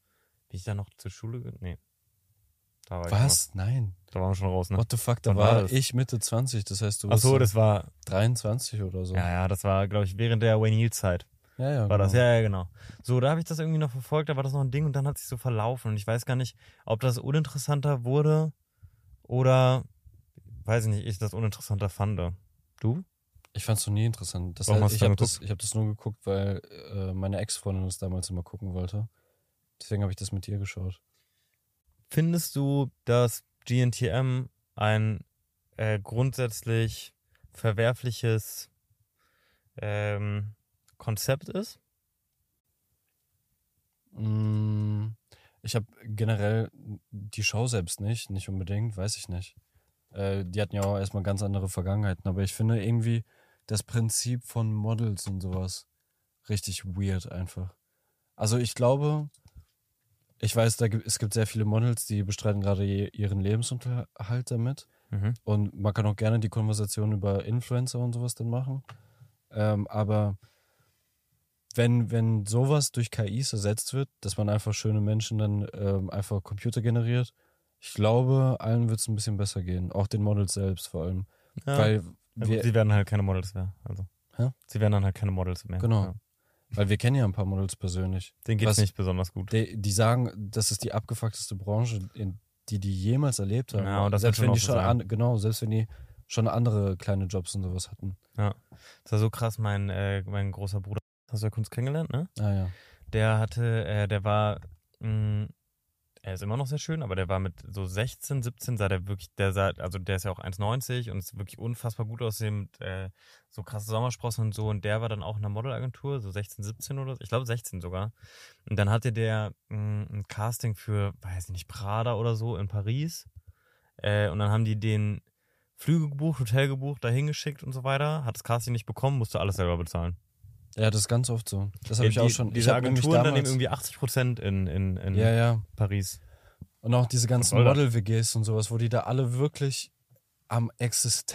Speaker 1: Bin ich da noch zur Schule? ge- Nee. Da war ich
Speaker 2: Was? Nein.
Speaker 1: Noch, da waren wir schon raus, ne?
Speaker 2: What the fuck, da
Speaker 1: Wann war
Speaker 2: war
Speaker 1: das?
Speaker 2: ich Mitte 20, das heißt, du
Speaker 1: Ach
Speaker 2: bist
Speaker 1: so, das war.
Speaker 2: 23 oder so.
Speaker 1: Ja, ja, das war, glaube ich, während der Wayne Hill Zeit.
Speaker 2: ja, ja,
Speaker 1: War das,
Speaker 2: genau.
Speaker 1: ja, ja, genau. So, da habe ich das irgendwie noch verfolgt, da war das noch ein Ding und dann hat sich so verlaufen. Und ich weiß gar nicht, ob das uninteressanter wurde oder, weiß ich nicht, ich das uninteressanter fand. Du?
Speaker 2: Ich fand es noch nie interessant. Das
Speaker 1: Warum hast
Speaker 2: heißt,
Speaker 1: du
Speaker 2: ich
Speaker 1: dann
Speaker 2: habe das, ich hab das nur geguckt, weil äh, meine Ex-Freundin das damals immer gucken wollte. Deswegen habe ich das mit ihr geschaut.
Speaker 1: Findest du, dass GNTM ein äh, grundsätzlich verwerfliches ähm, Konzept ist?
Speaker 2: Mm, ich habe generell die Show selbst nicht, nicht unbedingt, weiß ich nicht. Äh, die hatten ja auch erstmal ganz andere Vergangenheiten, aber ich finde irgendwie das Prinzip von Models und sowas richtig weird einfach. Also ich glaube, ich weiß, da gibt, es gibt sehr viele Models, die bestreiten gerade je- ihren Lebensunterhalt damit.
Speaker 1: Mhm.
Speaker 2: Und man kann auch gerne die Konversation über Influencer und sowas dann machen. Ähm, aber wenn, wenn sowas durch KIs ersetzt wird, dass man einfach schöne Menschen dann ähm, einfach Computer generiert, ich glaube, allen wird es ein bisschen besser gehen. Auch den Models selbst vor allem.
Speaker 1: Ja.
Speaker 2: Weil,
Speaker 1: Ja, gut,
Speaker 2: wir,
Speaker 1: sie werden halt keine Models mehr. Also.
Speaker 2: Hä?
Speaker 1: Sie werden dann halt keine Models mehr.
Speaker 2: Genau.
Speaker 1: Ja.
Speaker 2: weil wir kennen ja ein paar Models persönlich.
Speaker 1: Denen geht es
Speaker 2: Was-
Speaker 1: nicht besonders gut.
Speaker 2: Die, die sagen, das ist die abgefuckteste Branche, in, die die jemals erlebt haben.
Speaker 1: Ja, und das
Speaker 2: selbst
Speaker 1: wird
Speaker 2: wenn die
Speaker 1: schon
Speaker 2: schon
Speaker 1: auch so
Speaker 2: an, genau, selbst wenn die schon andere kleine Jobs und sowas hatten.
Speaker 1: Das war so krass, mein, äh, mein großer Bruder, hast du ja kurz kennengelernt, ne?
Speaker 2: Ah ja.
Speaker 1: Der hatte, äh, der war, mh, er ist immer noch sehr schön, aber der war mit so 16, 17, sah der wirklich, der sah, also der ist ja auch 1,90 und ist wirklich unfassbar gut aussehen, mit, äh, so krasse Sommersprossen und so. Und der war dann auch in einer Modelagentur, so 16, 17 oder so, ich glaube 16 sogar. Und dann hatte der mh, ein Casting für, weiß nicht, Prada oder so in Paris. Äh, und dann haben die den Flüge gebucht, Hotel gebucht, dahin geschickt und so weiter. Hat das Casting nicht bekommen, musste alles selber bezahlen.
Speaker 2: Ja, das ist ganz oft so. Das habe ich
Speaker 1: Die-
Speaker 2: auch schon. ich
Speaker 1: Diese
Speaker 2: hab nämlich
Speaker 1: Agenturen dann nehmen
Speaker 2: damals-
Speaker 1: irgendwie 80 Prozent in, in, in
Speaker 2: Ja, ja.
Speaker 1: Paris.
Speaker 2: Und auch diese ganzen
Speaker 1: soll das?
Speaker 2: Model-WGs und sowas, wo die da alle wirklich am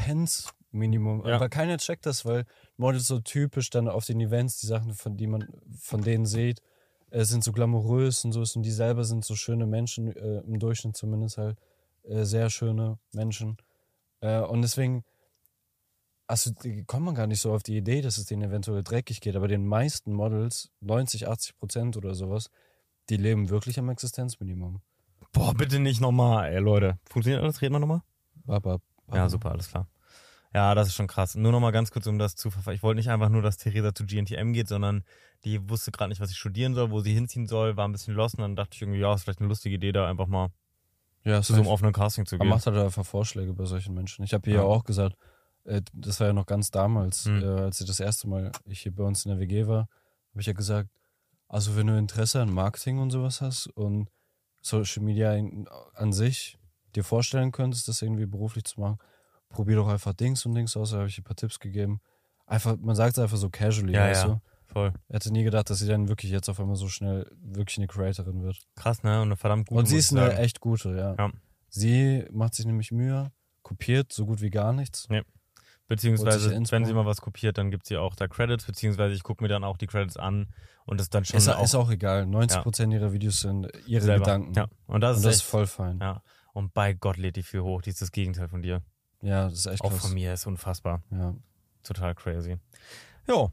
Speaker 2: Existenzminimum.
Speaker 1: Ja.
Speaker 2: Aber keiner checkt das, weil Models so typisch dann auf den Events, die Sachen, von, die man, von denen sieht, äh, sind so glamourös und so ist. Und die selber sind so schöne Menschen, äh, im Durchschnitt zumindest halt, äh, sehr schöne Menschen. Äh, und deswegen also, die- kommt man gar nicht so auf die Idee, dass es denen eventuell dreckig geht. Aber den meisten Models, 90, 80 Prozent oder sowas, die leben wirklich am Existenzminimum.
Speaker 1: Boah, bitte nicht nochmal, ey, Leute. Funktioniert alles? Reden wir nochmal?
Speaker 2: Bab, bab, bab.
Speaker 1: Ja, super, alles klar. Ja, das ist schon krass. Nur nochmal ganz kurz, um das zu verfolgen. Ich wollte nicht einfach nur, dass Theresa zu GNTM geht, sondern die wusste gerade nicht, was sie studieren soll, wo sie hinziehen soll, war ein bisschen lost und dann dachte ich irgendwie, ja, ist vielleicht eine lustige Idee, da einfach mal
Speaker 2: Ja,
Speaker 1: zu so einem offenen Casting zu
Speaker 2: Man
Speaker 1: um gehen.
Speaker 2: macht halt einfach Vorschläge bei solchen Menschen. Ich habe ihr
Speaker 1: Ja.
Speaker 2: ja auch gesagt, äh, das war ja noch ganz damals,
Speaker 1: Hm.
Speaker 2: äh, als ich das erste Mal ich hier bei uns in der WG war, habe ich ja gesagt, also wenn du Interesse an Marketing und sowas hast und Social Media in, an sich dir vorstellen könntest, das irgendwie beruflich zu machen, probier doch einfach Dings und Dings aus. Da habe ich ihr ein paar Tipps gegeben. Einfach, man sagt es einfach so casually,
Speaker 1: Ja,
Speaker 2: weißt
Speaker 1: ja.
Speaker 2: du?
Speaker 1: Voll.
Speaker 2: Ich hätte nie gedacht, dass sie dann wirklich jetzt auf einmal so schnell wirklich eine Creatorin wird.
Speaker 1: Krass, ne? Und eine verdammt gute
Speaker 2: Und sie
Speaker 1: muss
Speaker 2: ist
Speaker 1: ich
Speaker 2: eine
Speaker 1: sagen.
Speaker 2: echt gute, ja.
Speaker 1: Ja.
Speaker 2: Sie macht sich nämlich Mühe, kopiert so gut wie gar nichts.
Speaker 1: Beziehungsweise,
Speaker 2: holt sich Inspo.
Speaker 1: wenn sie mal was kopiert, dann gibt sie auch da Credits, beziehungsweise ich gucke mir dann auch die Credits an und das dann schon
Speaker 2: Ist
Speaker 1: auch,
Speaker 2: auch, ist auch egal. 90% ihrer Videos sind ihre
Speaker 1: selber.
Speaker 2: Gedanken.
Speaker 1: Ja. Und das
Speaker 2: Und
Speaker 1: ist,
Speaker 2: das ist
Speaker 1: echt,
Speaker 2: voll fein.
Speaker 1: Ja. Und bei Gott lädt die viel hoch. Die ist das Gegenteil von dir.
Speaker 2: Ja, das ist echt
Speaker 1: Auch
Speaker 2: krass.
Speaker 1: von mir ist unfassbar.
Speaker 2: Ja.
Speaker 1: Total crazy. Jo.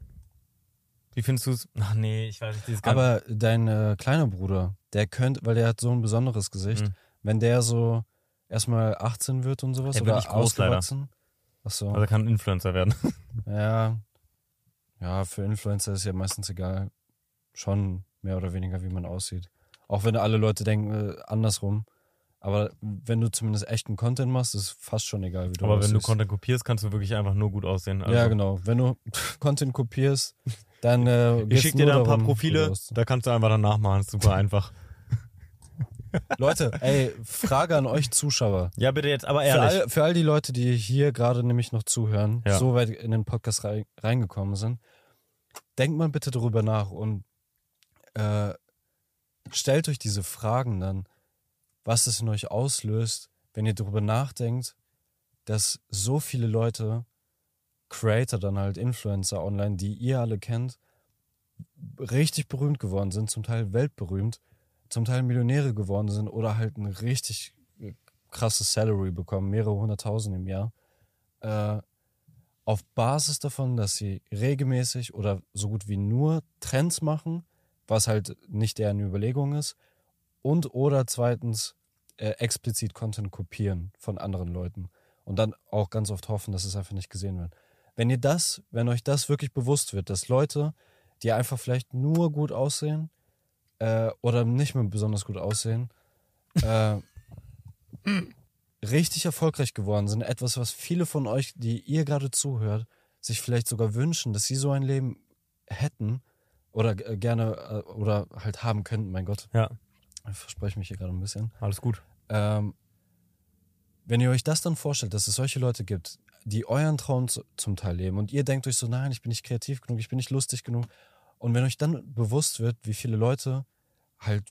Speaker 1: Wie findest du es? Ach nee, ich weiß nicht, dieses ganze-
Speaker 2: Aber dein äh, kleiner Bruder, der könnte, weil der hat so ein besonderes Gesicht,
Speaker 1: Mhm.
Speaker 2: wenn der so erstmal 18 wird und sowas
Speaker 1: Der wird
Speaker 2: oder
Speaker 1: nicht groß, leider.
Speaker 2: ausgewachsen. Achso,
Speaker 1: Also er kann ein Influencer werden.
Speaker 2: ja. Ja, für Influencer ist ja meistens egal. Schon mehr oder weniger, wie man aussieht. Auch wenn alle Leute denken, äh, andersrum. Aber wenn du zumindest echten Content machst, ist fast schon egal, wie du
Speaker 1: Aber wenn du
Speaker 2: aussiehst.
Speaker 1: Content kopierst, kannst du wirklich einfach nur gut aussehen. Also,
Speaker 2: Oh, ja, genau. Wenn du *laughs* Content kopierst, dann äh,
Speaker 1: Ich
Speaker 2: geht's
Speaker 1: schicke dir
Speaker 2: nur
Speaker 1: da ein paar
Speaker 2: darum, wie du
Speaker 1: Profile,
Speaker 2: aussiehst.
Speaker 1: da kannst du einfach dann nachmachen. Ist super einfach.
Speaker 2: Leute, ey, Frage an euch Zuschauer.
Speaker 1: Ja, bitte jetzt, aber
Speaker 2: Für
Speaker 1: ehrlich.
Speaker 2: all, für all die Leute, die hier gerade nämlich noch zuhören,
Speaker 1: Ja.
Speaker 2: so weit in den Podcast rei- reingekommen sind, denkt mal bitte darüber nach und äh, stellt euch diese Fragen dann, was es in euch auslöst, wenn ihr darüber nachdenkt, dass so viele Leute, Creator dann halt, Influencer online, die ihr alle kennt, richtig berühmt geworden sind, zum Teil weltberühmt, zum Teil Millionäre geworden sind oder halt ein richtig krasses Salary bekommen, mehrere hunderttausend im Jahr, äh, auf Basis davon, dass sie regelmäßig oder so gut wie nur Trends machen, was halt nicht deren Überlegung ist, und oder zweitens äh, explizit Content kopieren von anderen Leuten und dann auch ganz oft hoffen, dass es einfach nicht gesehen wird. Wenn ihr das, wenn euch das wirklich bewusst wird, dass Leute, die einfach vielleicht nur gut aussehen äh, oder nicht mehr besonders gut aussehen, äh, richtig erfolgreich geworden sind, etwas, was viele von euch, die ihr gerade zuhört, sich vielleicht sogar wünschen, dass sie so ein Leben hätten oder g- gerne äh, oder halt haben könnten, mein Gott.
Speaker 1: Ja.
Speaker 2: Ich verspreche mich hier gerade ein bisschen.
Speaker 1: Alles gut.
Speaker 2: Ähm, wenn ihr euch das dann vorstellt, dass es solche Leute gibt, die euren Traum zu, zum Teil leben und ihr denkt euch so, nein, ich bin nicht kreativ genug, ich bin nicht lustig genug. Und wenn euch dann bewusst wird, wie viele Leute halt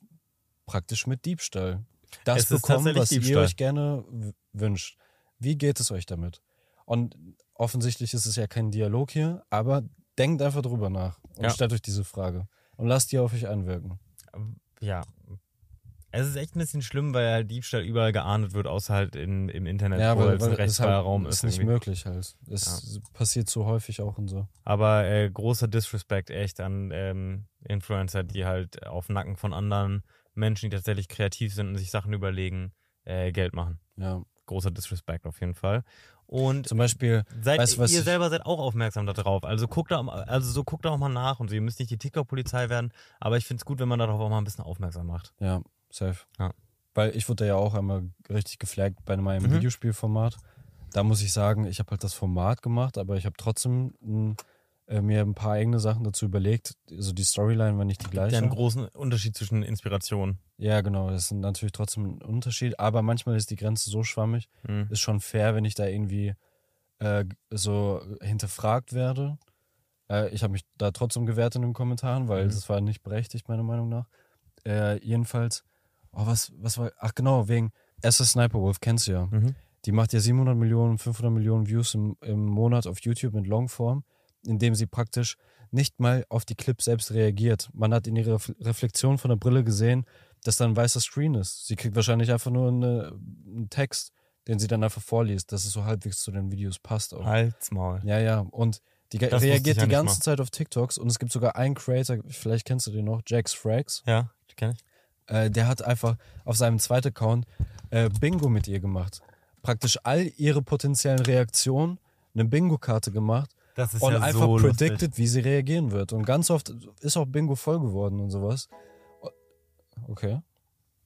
Speaker 2: praktisch mit Diebstahl das
Speaker 1: Es ist
Speaker 2: bekommen,
Speaker 1: tatsächlich
Speaker 2: was ihr
Speaker 1: Diebstahl.
Speaker 2: euch gerne w- wünscht. Wie geht es euch damit? Und offensichtlich ist es ja kein Dialog hier, aber denkt einfach drüber nach und
Speaker 1: Ja.
Speaker 2: stellt euch diese Frage und lasst die auf euch einwirken.
Speaker 1: Ja. Es ist echt ein bisschen schlimm, weil halt Diebstahl überall geahndet wird, außer halt in, im Internet, wo halt ein
Speaker 2: es
Speaker 1: rechtsfreier
Speaker 2: halt-
Speaker 1: Raum ist.
Speaker 2: ist nicht
Speaker 1: irgendwie.
Speaker 2: möglich halt. Es passiert so häufig auch und so.
Speaker 1: Aber äh, großer Disrespect echt an ähm, Influencer, die halt auf den Nacken von anderen Menschen, die tatsächlich kreativ sind und sich Sachen überlegen, äh, Geld machen.
Speaker 2: Ja.
Speaker 1: Großer Disrespect auf jeden Fall. Und
Speaker 2: Zum Beispiel,
Speaker 1: Seid,
Speaker 2: Weißt du, was
Speaker 1: ihr
Speaker 2: ich-
Speaker 1: selber seid auch aufmerksam darauf. Also guckt da, also so guckt da auch mal nach und so. Ihr müsst nicht die TikTok-Polizei werden, aber ich finde es gut, wenn man darauf auch mal ein bisschen aufmerksam macht.
Speaker 2: ja, safe.
Speaker 1: Ja.
Speaker 2: Weil ich wurde ja auch einmal richtig geflaggt bei meinem
Speaker 1: Mhm.
Speaker 2: Videospielformat. Da muss ich sagen, ich habe halt das Format gemacht, aber ich habe trotzdem m, äh, mir ein paar eigene Sachen dazu überlegt. Also die Storyline war nicht die
Speaker 1: Ja,
Speaker 2: gleiche.
Speaker 1: einen großen Unterschied zwischen Inspiration.
Speaker 2: Ja, genau. Das ist natürlich trotzdem ein Unterschied, aber manchmal ist die Grenze so schwammig,
Speaker 1: Mhm.
Speaker 2: ist schon fair, wenn ich da irgendwie äh, so hinterfragt werde. Äh, ich habe mich da trotzdem gewehrt in den Kommentaren, weil
Speaker 1: Mhm.
Speaker 2: das war nicht berechtigt, meiner Meinung nach. Äh, jedenfalls, oh, was, was war, ach genau, wegen SS Sniper Wolf, kennst du ja.
Speaker 1: Mhm.
Speaker 2: Die macht ja 700 Millionen, 500 Millionen Views im, im Monat auf YouTube mit Longform, indem sie praktisch nicht mal auf die Clips selbst reagiert. Man hat in ihrer Ref- Reflexion von der Brille gesehen, dass da ein weißer Screen ist. Sie kriegt wahrscheinlich einfach nur eine, einen Text, den sie dann einfach vorliest, dass es so halbwegs zu den Videos passt. Auch.
Speaker 1: Halsmaul.
Speaker 2: Ja, ja. Und die ge-
Speaker 1: Das wusste ich
Speaker 2: reagiert
Speaker 1: ja
Speaker 2: die
Speaker 1: nicht
Speaker 2: ganze
Speaker 1: mal.
Speaker 2: Zeit auf TikToks und es gibt sogar einen Creator, vielleicht kennst du den noch, Jax Frags.
Speaker 1: Ja, kenne ich.
Speaker 2: Äh, der hat einfach auf seinem zweiten Account äh, Bingo mit ihr gemacht. Praktisch all ihre potenziellen Reaktionen eine Bingo-Karte gemacht
Speaker 1: Das ist
Speaker 2: und
Speaker 1: ja
Speaker 2: einfach
Speaker 1: so lustig.
Speaker 2: predicted, wie sie reagieren wird. Und ganz oft ist auch Bingo voll geworden und sowas. Okay.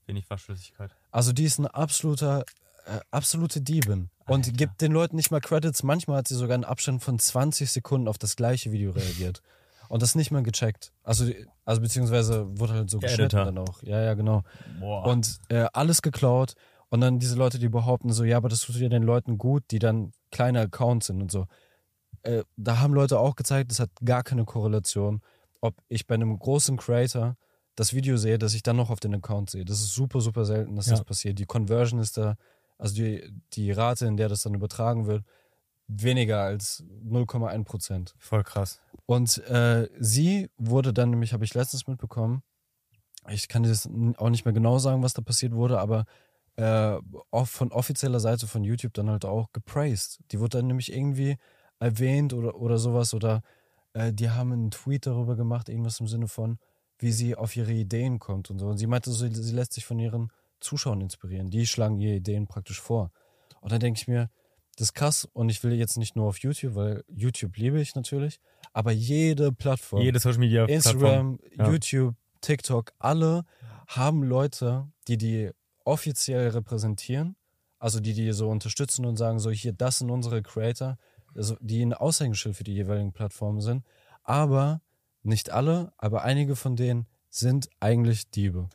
Speaker 1: Wenig Waschflüssigkeit.
Speaker 2: Also die ist ein absoluter, äh, absolute Diebin. Und
Speaker 1: Alter.
Speaker 2: gibt den Leuten nicht mal Credits. Manchmal hat sie sogar einen Abstand von 20 Sekunden auf das gleiche Video reagiert. Und das nicht mal gecheckt. Also, die- also beziehungsweise wurde halt so
Speaker 1: Der
Speaker 2: geschnitten
Speaker 1: Editor.
Speaker 2: dann auch. Ja, ja, genau.
Speaker 1: Boah.
Speaker 2: Und äh, alles geklaut. Und dann diese Leute, die behaupten so, ja, aber das tut ja den Leuten gut, die dann kleine Accounts sind und so. Äh, da haben Leute auch gezeigt, es hat gar keine Korrelation, ob ich bei einem großen Creator das Video sehe, dass ich dann noch auf den Account sehe. Das ist super, super selten, dass
Speaker 1: Ja.
Speaker 2: das passiert. Die Conversion ist da, also die, die Rate, in der das dann übertragen wird, weniger als 0,1 Prozent.
Speaker 1: Voll krass.
Speaker 2: Und äh, sie wurde dann nämlich, habe ich letztens mitbekommen, ich kann dir das n- auch nicht mehr genau sagen, was da passiert wurde, aber äh, off, von offizieller Seite von YouTube dann halt auch gepraised. Die wurde dann nämlich irgendwie erwähnt oder, oder sowas oder äh, die haben einen Tweet darüber gemacht, irgendwas im Sinne von, wie sie auf ihre Ideen kommt und so. Und sie meinte, so, sie lässt sich von ihren Zuschauern inspirieren. Die schlagen ihre Ideen praktisch vor. Und dann denke ich mir, das ist krass und ich will jetzt nicht nur auf YouTube, weil YouTube liebe ich natürlich, aber jede Plattform,
Speaker 1: Jede Social Media Plattform.
Speaker 2: Instagram,
Speaker 1: Ja.
Speaker 2: YouTube, TikTok, alle haben Leute, die die offiziell repräsentieren, also die die so unterstützen und sagen so hier das sind unsere Creator, also die ein Aushängeschild für die jeweiligen Plattformen sind, aber nicht alle, aber einige von denen sind eigentlich Diebe.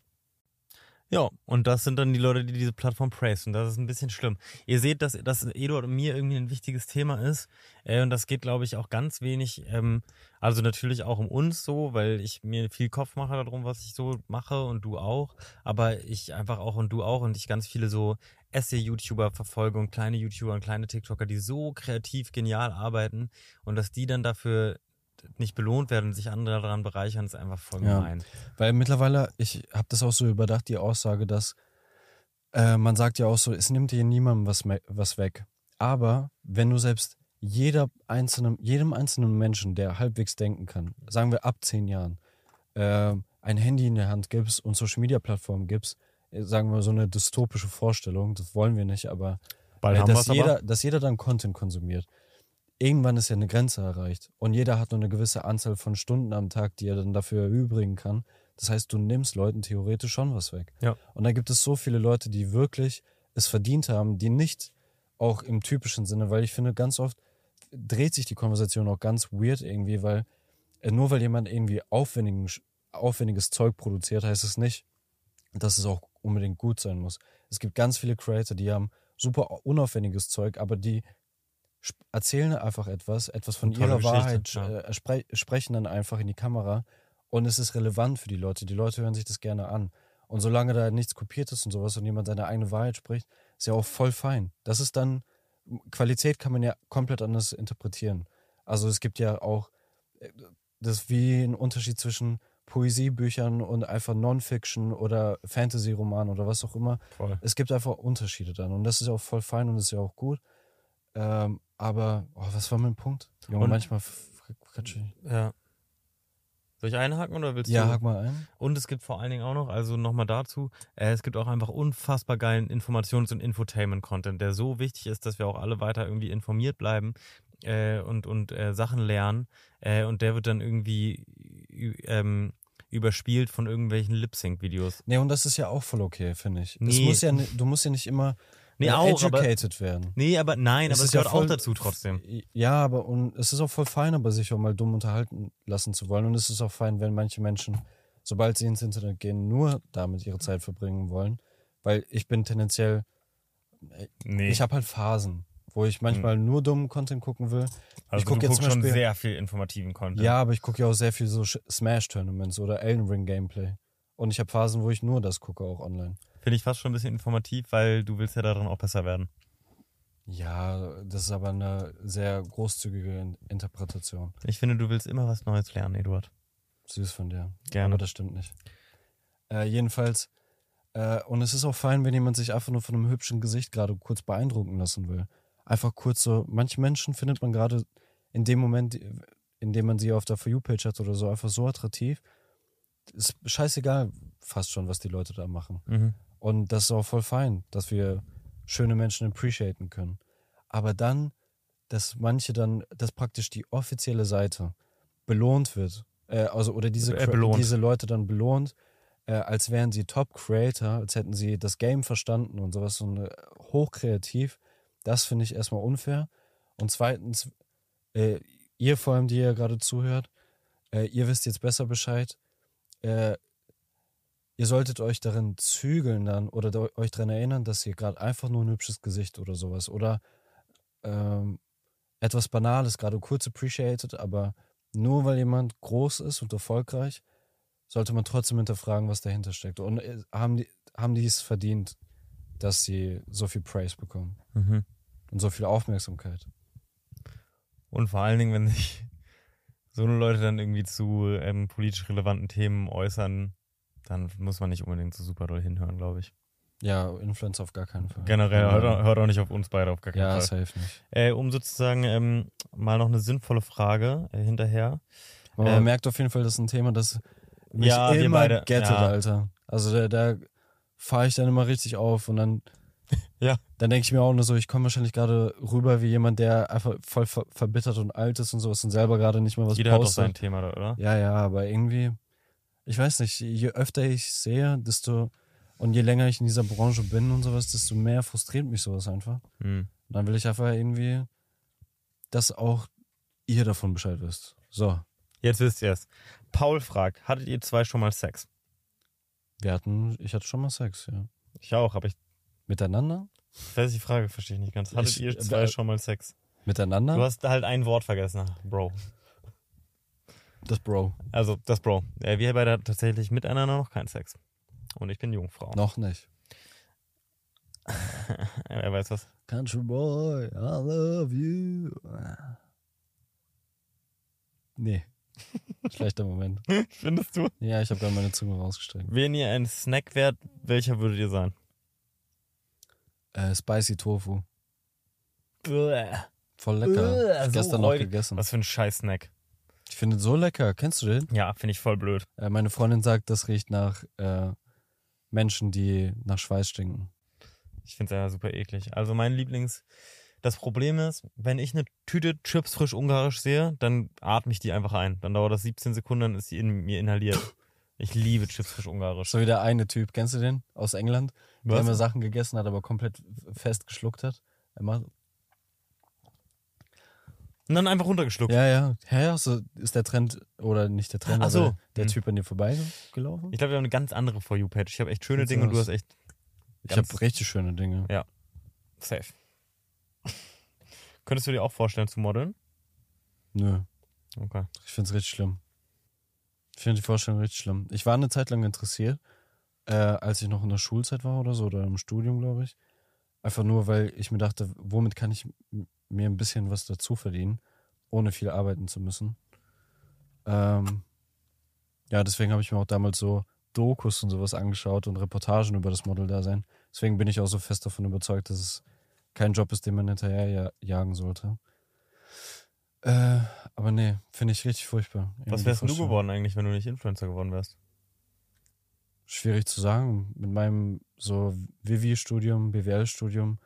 Speaker 1: Ja, und das sind dann die Leute, die diese Plattform praisen. Und das ist ein bisschen schlimm. Ihr seht, dass, dass Eduard und mir irgendwie ein wichtiges Thema ist. Äh, und das geht, glaube ich, auch ganz wenig, ähm, also natürlich auch um uns so, weil ich mir viel Kopf mache darum, was ich so mache und du auch. Aber ich einfach auch und du auch und ich ganz viele so Essay-YouTuber verfolge und kleine YouTuber und kleine TikToker, die so kreativ genial arbeiten und dass die dann dafür nicht belohnt werden und sich andere daran bereichern, ist einfach voll
Speaker 2: Ja.
Speaker 1: gemein.
Speaker 2: Weil mittlerweile, ich habe das auch so überdacht, die Aussage, dass äh, man sagt ja auch so, es nimmt dir niemandem was, me- was weg. Aber wenn du selbst jeder einzelnen, jedem einzelnen Menschen, der halbwegs denken kann, sagen wir ab zehn Jahren, äh, ein Handy in der Hand gibst und Social Media Plattformen gibst, äh, sagen wir so eine dystopische Vorstellung, das wollen wir nicht, aber
Speaker 1: Bald
Speaker 2: äh,
Speaker 1: haben
Speaker 2: dass,
Speaker 1: wir's aber.
Speaker 2: jeder, dass jeder dann Content konsumiert. Irgendwann ist ja eine Grenze erreicht und jeder hat nur eine gewisse Anzahl von Stunden am Tag, die er dann dafür erübrigen kann. Das heißt, du nimmst Leuten theoretisch schon was weg.
Speaker 1: Ja.
Speaker 2: Und da gibt es so viele Leute, die wirklich es verdient haben, die nicht auch im typischen Sinne, weil ich finde, ganz oft dreht sich die Konversation auch ganz weird irgendwie, weil äh, nur weil jemand irgendwie aufwendigen, aufwendiges Zeug produziert, heißt es nicht, dass es auch unbedingt gut sein muss. Es gibt ganz viele Creator, die haben super unaufwendiges Zeug, aber die sp- erzählen einfach etwas, etwas von
Speaker 1: Eine tolle
Speaker 2: ihrer
Speaker 1: Geschichte,
Speaker 2: Wahrheit,
Speaker 1: ja.
Speaker 2: äh, spre sprechen dann einfach in die Kamera und es ist relevant für die Leute. Die Leute hören sich das gerne an. Und solange da nichts kopiert ist und sowas und jemand seine eigene Wahrheit spricht, ist ja auch voll fein. Das ist dann, Qualität kann man ja komplett anders interpretieren. Also es gibt ja auch, äh, das ist wie ein Unterschied zwischen Poesiebüchern und einfach Non-Fiction oder Fantasy-Roman oder was auch immer.
Speaker 1: Voll.
Speaker 2: Es gibt einfach Unterschiede dann und das ist ja auch voll fein und ist ja auch gut. Ähm, aber, oh, was war mein Punkt? Junge,
Speaker 1: Und-
Speaker 2: manchmal f- quatsche ich.
Speaker 1: Ja. Soll ich einhaken oder willst
Speaker 2: Ja,
Speaker 1: du?
Speaker 2: hak mal ein.
Speaker 1: Und es gibt vor allen Dingen auch noch, also nochmal dazu, äh, es gibt auch einfach unfassbar geilen Informations- und Infotainment-Content, der so wichtig ist, dass wir auch alle weiter irgendwie informiert bleiben äh, und, und äh, Sachen lernen. Äh, und der wird dann irgendwie ü- ähm, überspielt von irgendwelchen Lip-Sync-Videos.
Speaker 2: Nee, und das ist ja auch voll okay, finde ich. Es
Speaker 1: Nee.
Speaker 2: muss ja, ni- du musst ja nicht immer
Speaker 1: Nee,
Speaker 2: äh,
Speaker 1: auch, aber-
Speaker 2: educated werden.
Speaker 1: Nee, aber nein, aber es
Speaker 2: ja
Speaker 1: gehört auch
Speaker 2: voll-
Speaker 1: dazu trotzdem.
Speaker 2: Ja, aber und es ist auch voll fein, aber sich auch mal dumm unterhalten lassen zu wollen. Und es ist auch fein, wenn manche Menschen, sobald sie ins Internet gehen, nur damit ihre Zeit verbringen wollen. Weil ich bin tendenziell,
Speaker 1: Nee, Hm.
Speaker 2: ich habe halt Phasen, wo ich manchmal nur dummen Content gucken will. ich gucke jetzt zum
Speaker 1: Also schon
Speaker 2: Beispiel,
Speaker 1: sehr viel informativen Content.
Speaker 2: ja, aber ich gucke ja auch sehr viel so Sch- Smash-Tournaments oder Elden Ring Gameplay. Und ich habe Phasen, wo ich nur das gucke, auch online.
Speaker 1: Finde ich fast schon ein bisschen informativ, weil du willst ja darin auch besser werden.
Speaker 2: Ja, das ist aber eine sehr großzügige In- Interpretation.
Speaker 1: Ich finde, du willst immer was Neues lernen, Eduard.
Speaker 2: Süß von dir.
Speaker 1: Gerne.
Speaker 2: Aber das stimmt nicht. Äh, jedenfalls, äh, und es ist auch fein, wenn jemand sich einfach nur von einem hübschen Gesicht gerade kurz beeindrucken lassen will. Einfach kurz so, manche Menschen findet man gerade in dem Moment, in dem man sie auf der For You-Page hat oder so, einfach so attraktiv. Ist scheißegal fast schon, was die Leute da machen.
Speaker 1: Mhm.
Speaker 2: Und das ist auch voll fein, dass wir schöne Menschen appreciaten können. Aber dann, dass manche dann, dass praktisch die offizielle Seite belohnt wird, äh, also oder diese,
Speaker 1: Äh, belohnt.
Speaker 2: diese Leute dann belohnt, äh, als wären sie Top-Creator, als hätten sie das Game verstanden und sowas und äh, hochkreativ. Das finde ich erstmal unfair. Und zweitens, äh, ihr vor allem, die ihr gerade zuhört, äh, ihr wisst jetzt besser Bescheid. Äh, ihr solltet euch darin zügeln dann oder da, euch daran erinnern, dass ihr gerade einfach nur ein hübsches Gesicht oder sowas oder ähm, etwas Banales gerade kurz appreciated, aber nur weil jemand groß ist und erfolgreich, sollte man trotzdem hinterfragen, was dahinter steckt. Und äh, haben die, haben die es verdient, dass sie so viel Praise bekommen
Speaker 1: Mhm.
Speaker 2: und so viel Aufmerksamkeit?
Speaker 1: Und vor allen Dingen, wenn sich so eine Leute dann irgendwie zu ähm, politisch relevanten Themen äußern, dann muss man nicht unbedingt so super doll hinhören, glaube ich.
Speaker 2: Ja, Influencer auf gar keinen Fall.
Speaker 1: Generell, hört, auch-
Speaker 2: ja,
Speaker 1: hört auch nicht auf uns beide, auf gar keinen
Speaker 2: Genau. ja, also
Speaker 1: Fall.
Speaker 2: safe ne? nicht.
Speaker 1: Äh, um sozusagen ähm, mal noch eine sinnvolle Frage äh, hinterher.
Speaker 2: Aber
Speaker 1: Äh,
Speaker 2: man merkt auf jeden Fall, das ist ein Thema, das mich
Speaker 1: Ja, wir
Speaker 2: immer
Speaker 1: beide,
Speaker 2: gettet,
Speaker 1: ja.
Speaker 2: Alter. Also da, da fahre ich dann immer richtig auf und dann,
Speaker 1: *laughs* Ja.
Speaker 2: dann denke ich mir auch nur so, ich komme wahrscheinlich gerade rüber wie jemand, der einfach voll ver verbittert und alt ist und sowas und selber gerade nicht mal was
Speaker 1: Jeder hat doch sein
Speaker 2: postet.
Speaker 1: Thema, da, oder?
Speaker 2: Ja, ja, aber irgendwie, ich weiß nicht, je öfter ich sehe, desto und je länger ich in dieser Branche bin und sowas, desto mehr frustriert mich sowas einfach.
Speaker 1: Hm.
Speaker 2: Und dann will ich einfach irgendwie, dass auch ihr davon Bescheid wisst. So.
Speaker 1: Jetzt wisst ihr es. Paul fragt, hattet ihr zwei schon mal Sex?
Speaker 2: Wir hatten, ich hatte schon mal Sex, ja.
Speaker 1: Ich auch, aber ich
Speaker 2: Miteinander?
Speaker 1: weiß die Frage verstehe ich nicht ganz. Hattet
Speaker 2: Ich-
Speaker 1: ihr zwei
Speaker 2: äh,
Speaker 1: schon mal Sex?
Speaker 2: Miteinander?
Speaker 1: Du hast halt ein Wort vergessen, Bro.
Speaker 2: das Bro.
Speaker 1: Also das Bro. Äh, wir beide hatten tatsächlich miteinander noch keinen Sex. Und ich bin Jungfrau. *laughs*
Speaker 2: Noch nicht.
Speaker 1: Äh, Wer weiß was?
Speaker 2: Country Boy, I love you. Nee. *laughs* Schlechter Moment.
Speaker 1: Findest du?
Speaker 2: Ja, ich habe gerade meine Zunge rausgestreckt.
Speaker 1: Wenn ihr ein Snack wärt, welcher würdet ihr sein?
Speaker 2: Äh, Spicy Tofu.
Speaker 1: Bäh.
Speaker 2: Voll lecker.
Speaker 1: Äh,
Speaker 2: Hab ich
Speaker 1: so
Speaker 2: gestern noch
Speaker 1: räudig.
Speaker 2: gegessen.
Speaker 1: Was für ein Scheiß-Snack.
Speaker 2: Ich finde so lecker. Kennst du den?
Speaker 1: Ja, finde ich voll blöd.
Speaker 2: Äh, meine Freundin sagt, das riecht nach äh, Menschen, die nach Schweiß stinken.
Speaker 1: Ich finde es ja super eklig. Also mein Lieblings... Das Problem ist, wenn ich eine Tüte Chips frisch ungarisch sehe, dann atme ich die einfach ein. Dann dauert das 17 Sekunden, dann ist sie in mir inhaliert. Ich liebe Chips frisch ungarisch.
Speaker 2: So wie der eine Typ, kennst du den? Aus England, der
Speaker 1: Was?
Speaker 2: immer Sachen gegessen hat, aber komplett fest geschluckt hat. Er macht,
Speaker 1: Und dann einfach runtergeschluckt.
Speaker 2: ja, ja. Hä, hast du- ist der Trend, oder nicht der Trend,
Speaker 1: Ach
Speaker 2: aber
Speaker 1: so.
Speaker 2: der
Speaker 1: Hm.
Speaker 2: Typ an dir vorbeigelaufen?
Speaker 1: Ich glaube, wir haben eine ganz andere For You-Page. Ich habe echt schöne
Speaker 2: Sieht's
Speaker 1: Dinge und du
Speaker 2: aus.
Speaker 1: hast echt
Speaker 2: Ich habe
Speaker 1: ganz-
Speaker 2: richtig schöne Dinge.
Speaker 1: safe. *laughs* Könntest du dir auch vorstellen zu modeln?
Speaker 2: Nö,
Speaker 1: Okay.
Speaker 2: ich finde es richtig schlimm. Ich finde die Vorstellung richtig schlimm. Ich war eine Zeit lang interessiert, äh, als ich noch in der Schulzeit war oder so, oder im Studium, glaube ich. Einfach nur, weil ich mir dachte, womit kann ich m- mir ein bisschen was dazu verdienen, ohne viel arbeiten zu müssen. Ähm, ja, deswegen habe ich mir auch damals so Dokus und sowas angeschaut und Reportagen über das Model-Dasein. Deswegen bin ich auch so fest davon überzeugt, dass es kein Job ist, den man hinterher ja- jagen sollte. Äh, aber nee, finde ich richtig furchtbar.
Speaker 1: Was
Speaker 2: Irgendwie
Speaker 1: wärst denn du
Speaker 2: Vorstellung.
Speaker 1: geworden eigentlich, wenn du nicht Influencer geworden wärst?
Speaker 2: Schwierig zu sagen. Mit meinem so Vivi-Studium, BWL-Studium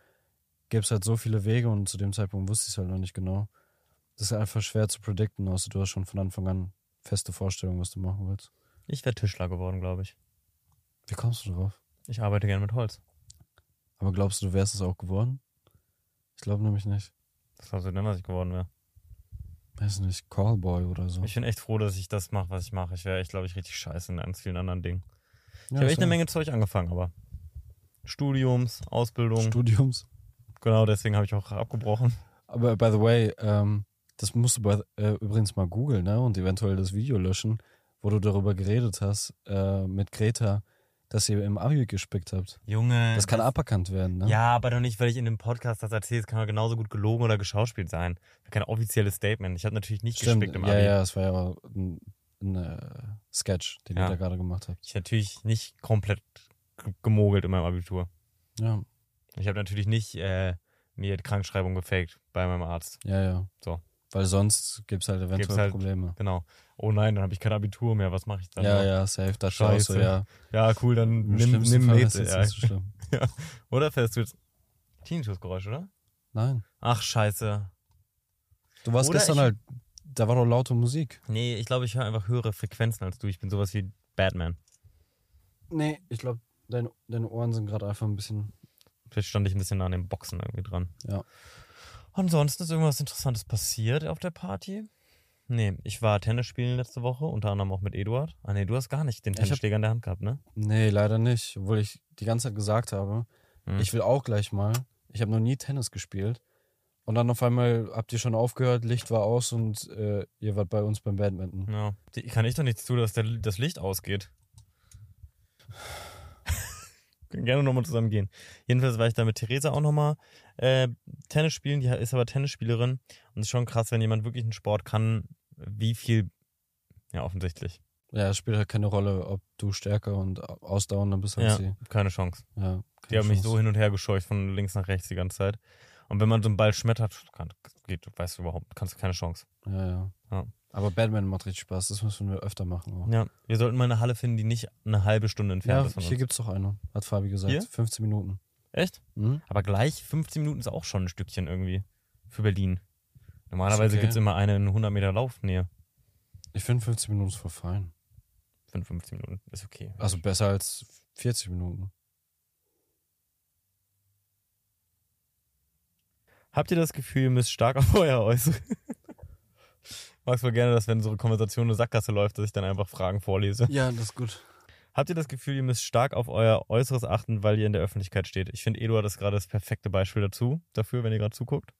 Speaker 2: gäbe es halt so viele Wege und zu dem Zeitpunkt wusste ich es halt noch nicht genau. Das ist einfach schwer zu predikten, außer du hast schon von Anfang an feste Vorstellungen, was du machen willst.
Speaker 1: Ich wäre Tischler geworden, glaube ich.
Speaker 2: Wie kommst du drauf?
Speaker 1: Ich arbeite gerne mit Holz.
Speaker 2: Aber glaubst du, du wärst es auch geworden? Ich glaube nämlich nicht.
Speaker 1: Das glaubst du denn, was ich geworden wäre?
Speaker 2: Weiß nicht, Callboy oder so.
Speaker 1: Ich bin echt froh, dass ich das mache, was ich mache. Ich wäre echt, glaube ich, richtig scheiße in ganz vielen anderen Dingen. Ich
Speaker 2: ja,
Speaker 1: habe echt eine
Speaker 2: so.
Speaker 1: Menge Zeug angefangen, aber Studiums, Ausbildung.
Speaker 2: Studiums.
Speaker 1: genau, deswegen habe ich auch abgebrochen.
Speaker 2: Aber by the way, ähm, das musst du bei, äh, übrigens mal googeln ne? und eventuell das Video löschen, wo du darüber geredet hast äh, mit Greta, dass ihr im Abi gespickt habt.
Speaker 1: Junge.
Speaker 2: Das kann aberkannt werden, ne?
Speaker 1: Ja, aber doch nicht, weil ich in dem Podcast das erzähle. Es kann doch genauso gut gelogen oder geschauspielt sein. Kein offizielles Statement. Ich habe natürlich nicht
Speaker 2: Stimmt.
Speaker 1: gespickt im
Speaker 2: ja,
Speaker 1: Abi.
Speaker 2: ja, es war ja aber ein, ein äh, Sketch, den
Speaker 1: Ja.
Speaker 2: ihr da gerade gemacht habt.
Speaker 1: Ich hab natürlich nicht komplett g- gemogelt in meinem Abitur.
Speaker 2: Ja,
Speaker 1: Ich habe natürlich nicht äh, mir die Krankschreibung gefaked bei meinem Arzt.
Speaker 2: ja, ja.
Speaker 1: So.
Speaker 2: Weil sonst gibt es halt eventuell
Speaker 1: halt-
Speaker 2: Probleme.
Speaker 1: Genau. Oh nein, dann habe ich kein Abitur mehr. Was mache ich dann?
Speaker 2: Ja,
Speaker 1: noch?
Speaker 2: ja, safe. Da schaust so,
Speaker 1: Scheiße.
Speaker 2: ja.
Speaker 1: ja, cool, dann
Speaker 2: Im
Speaker 1: nimm,
Speaker 2: schlimmsten
Speaker 1: nimm
Speaker 2: Fall
Speaker 1: mit.
Speaker 2: ist jetzt
Speaker 1: Ja.
Speaker 2: nicht so schlimm.
Speaker 1: Oder fährst du jetzt Tinnitusgeräusch, oder?
Speaker 2: Nein.
Speaker 1: Ach, scheiße.
Speaker 2: Du warst
Speaker 1: Oder
Speaker 2: gestern
Speaker 1: ich-
Speaker 2: halt, da war doch laute Musik.
Speaker 1: Nee, ich glaube, ich höre einfach höhere Frequenzen als du. Ich bin sowas wie Batman.
Speaker 2: Nee, ich glaube, deine, deine Ohren sind gerade einfach ein bisschen.
Speaker 1: Vielleicht stand ich ein bisschen an den Boxen irgendwie dran.
Speaker 2: Ja.
Speaker 1: Ansonsten ist irgendwas Interessantes passiert auf der Party? Nee, ich war Tennis spielen letzte Woche, unter anderem auch mit Eduard. Ah nee, du hast gar nicht den
Speaker 2: Ich hab-
Speaker 1: Tennisschläger in der Hand gehabt, ne?
Speaker 2: Nee, leider nicht. Obwohl ich die ganze Zeit gesagt habe,
Speaker 1: Hm.
Speaker 2: ich will auch gleich mal. Ich habe noch nie Tennis gespielt. Und dann auf einmal habt ihr schon aufgehört, Licht war aus und äh, ihr wart bei uns beim Badminton.
Speaker 1: Ja. Die- Kann ich doch nichts tun, dass der, das Licht ausgeht. *laughs* Können gerne nochmal zusammen gehen. Jedenfalls war ich da mit Theresa auch nochmal äh, Tennis spielen. Die ist aber Tennisspielerin. Und es ist schon krass, wenn jemand wirklich einen Sport kann, wie viel. Ja, offensichtlich.
Speaker 2: Ja, es spielt halt keine Rolle, ob du stärker und au- ausdauernder bist
Speaker 1: Ja,
Speaker 2: als sie.
Speaker 1: keine Chance.
Speaker 2: Ja,
Speaker 1: Die haben mich so hin und her gescheucht, von links nach rechts die ganze Zeit. Und wenn man so einen Ball schmettert, kann, geht, weißt du überhaupt, kannst du keine Chance.
Speaker 2: Ja, ja.
Speaker 1: Ja.
Speaker 2: Aber Badminton macht richtig Spaß, das müssen wir öfter machen. Auch.
Speaker 1: Ja, wir sollten mal eine Halle finden, die nicht eine halbe Stunde entfernt
Speaker 2: Ja,
Speaker 1: ist von
Speaker 2: hier
Speaker 1: uns.
Speaker 2: gibt's doch eine, hat Fabi gesagt.
Speaker 1: Hier?
Speaker 2: 15 Minuten.
Speaker 1: Echt?
Speaker 2: Hm?
Speaker 1: Aber gleich 15 Minuten ist auch schon ein Stückchen irgendwie für Berlin. Normalerweise
Speaker 2: okay.
Speaker 1: gibt's immer eine in 100 Meter Laufnähe.
Speaker 2: Ich finde 15 Minuten ist voll fein.
Speaker 1: Sind 15 Minuten, ist okay.
Speaker 2: Also besser als 40 Minuten.
Speaker 1: Habt ihr das Gefühl, ihr müsst stark auf euer *laughs* äußern? Magst wohl gerne, dass wenn so eine Konversation eine Sackgasse läuft, dass ich dann einfach Fragen vorlese.
Speaker 2: Ja, das ist gut.
Speaker 1: Habt ihr das Gefühl, ihr müsst stark auf euer Äußeres achten, weil ihr in der Öffentlichkeit steht? Ich finde, Eduard ist gerade das perfekte Beispiel dazu, dafür, wenn ihr gerade zuguckt.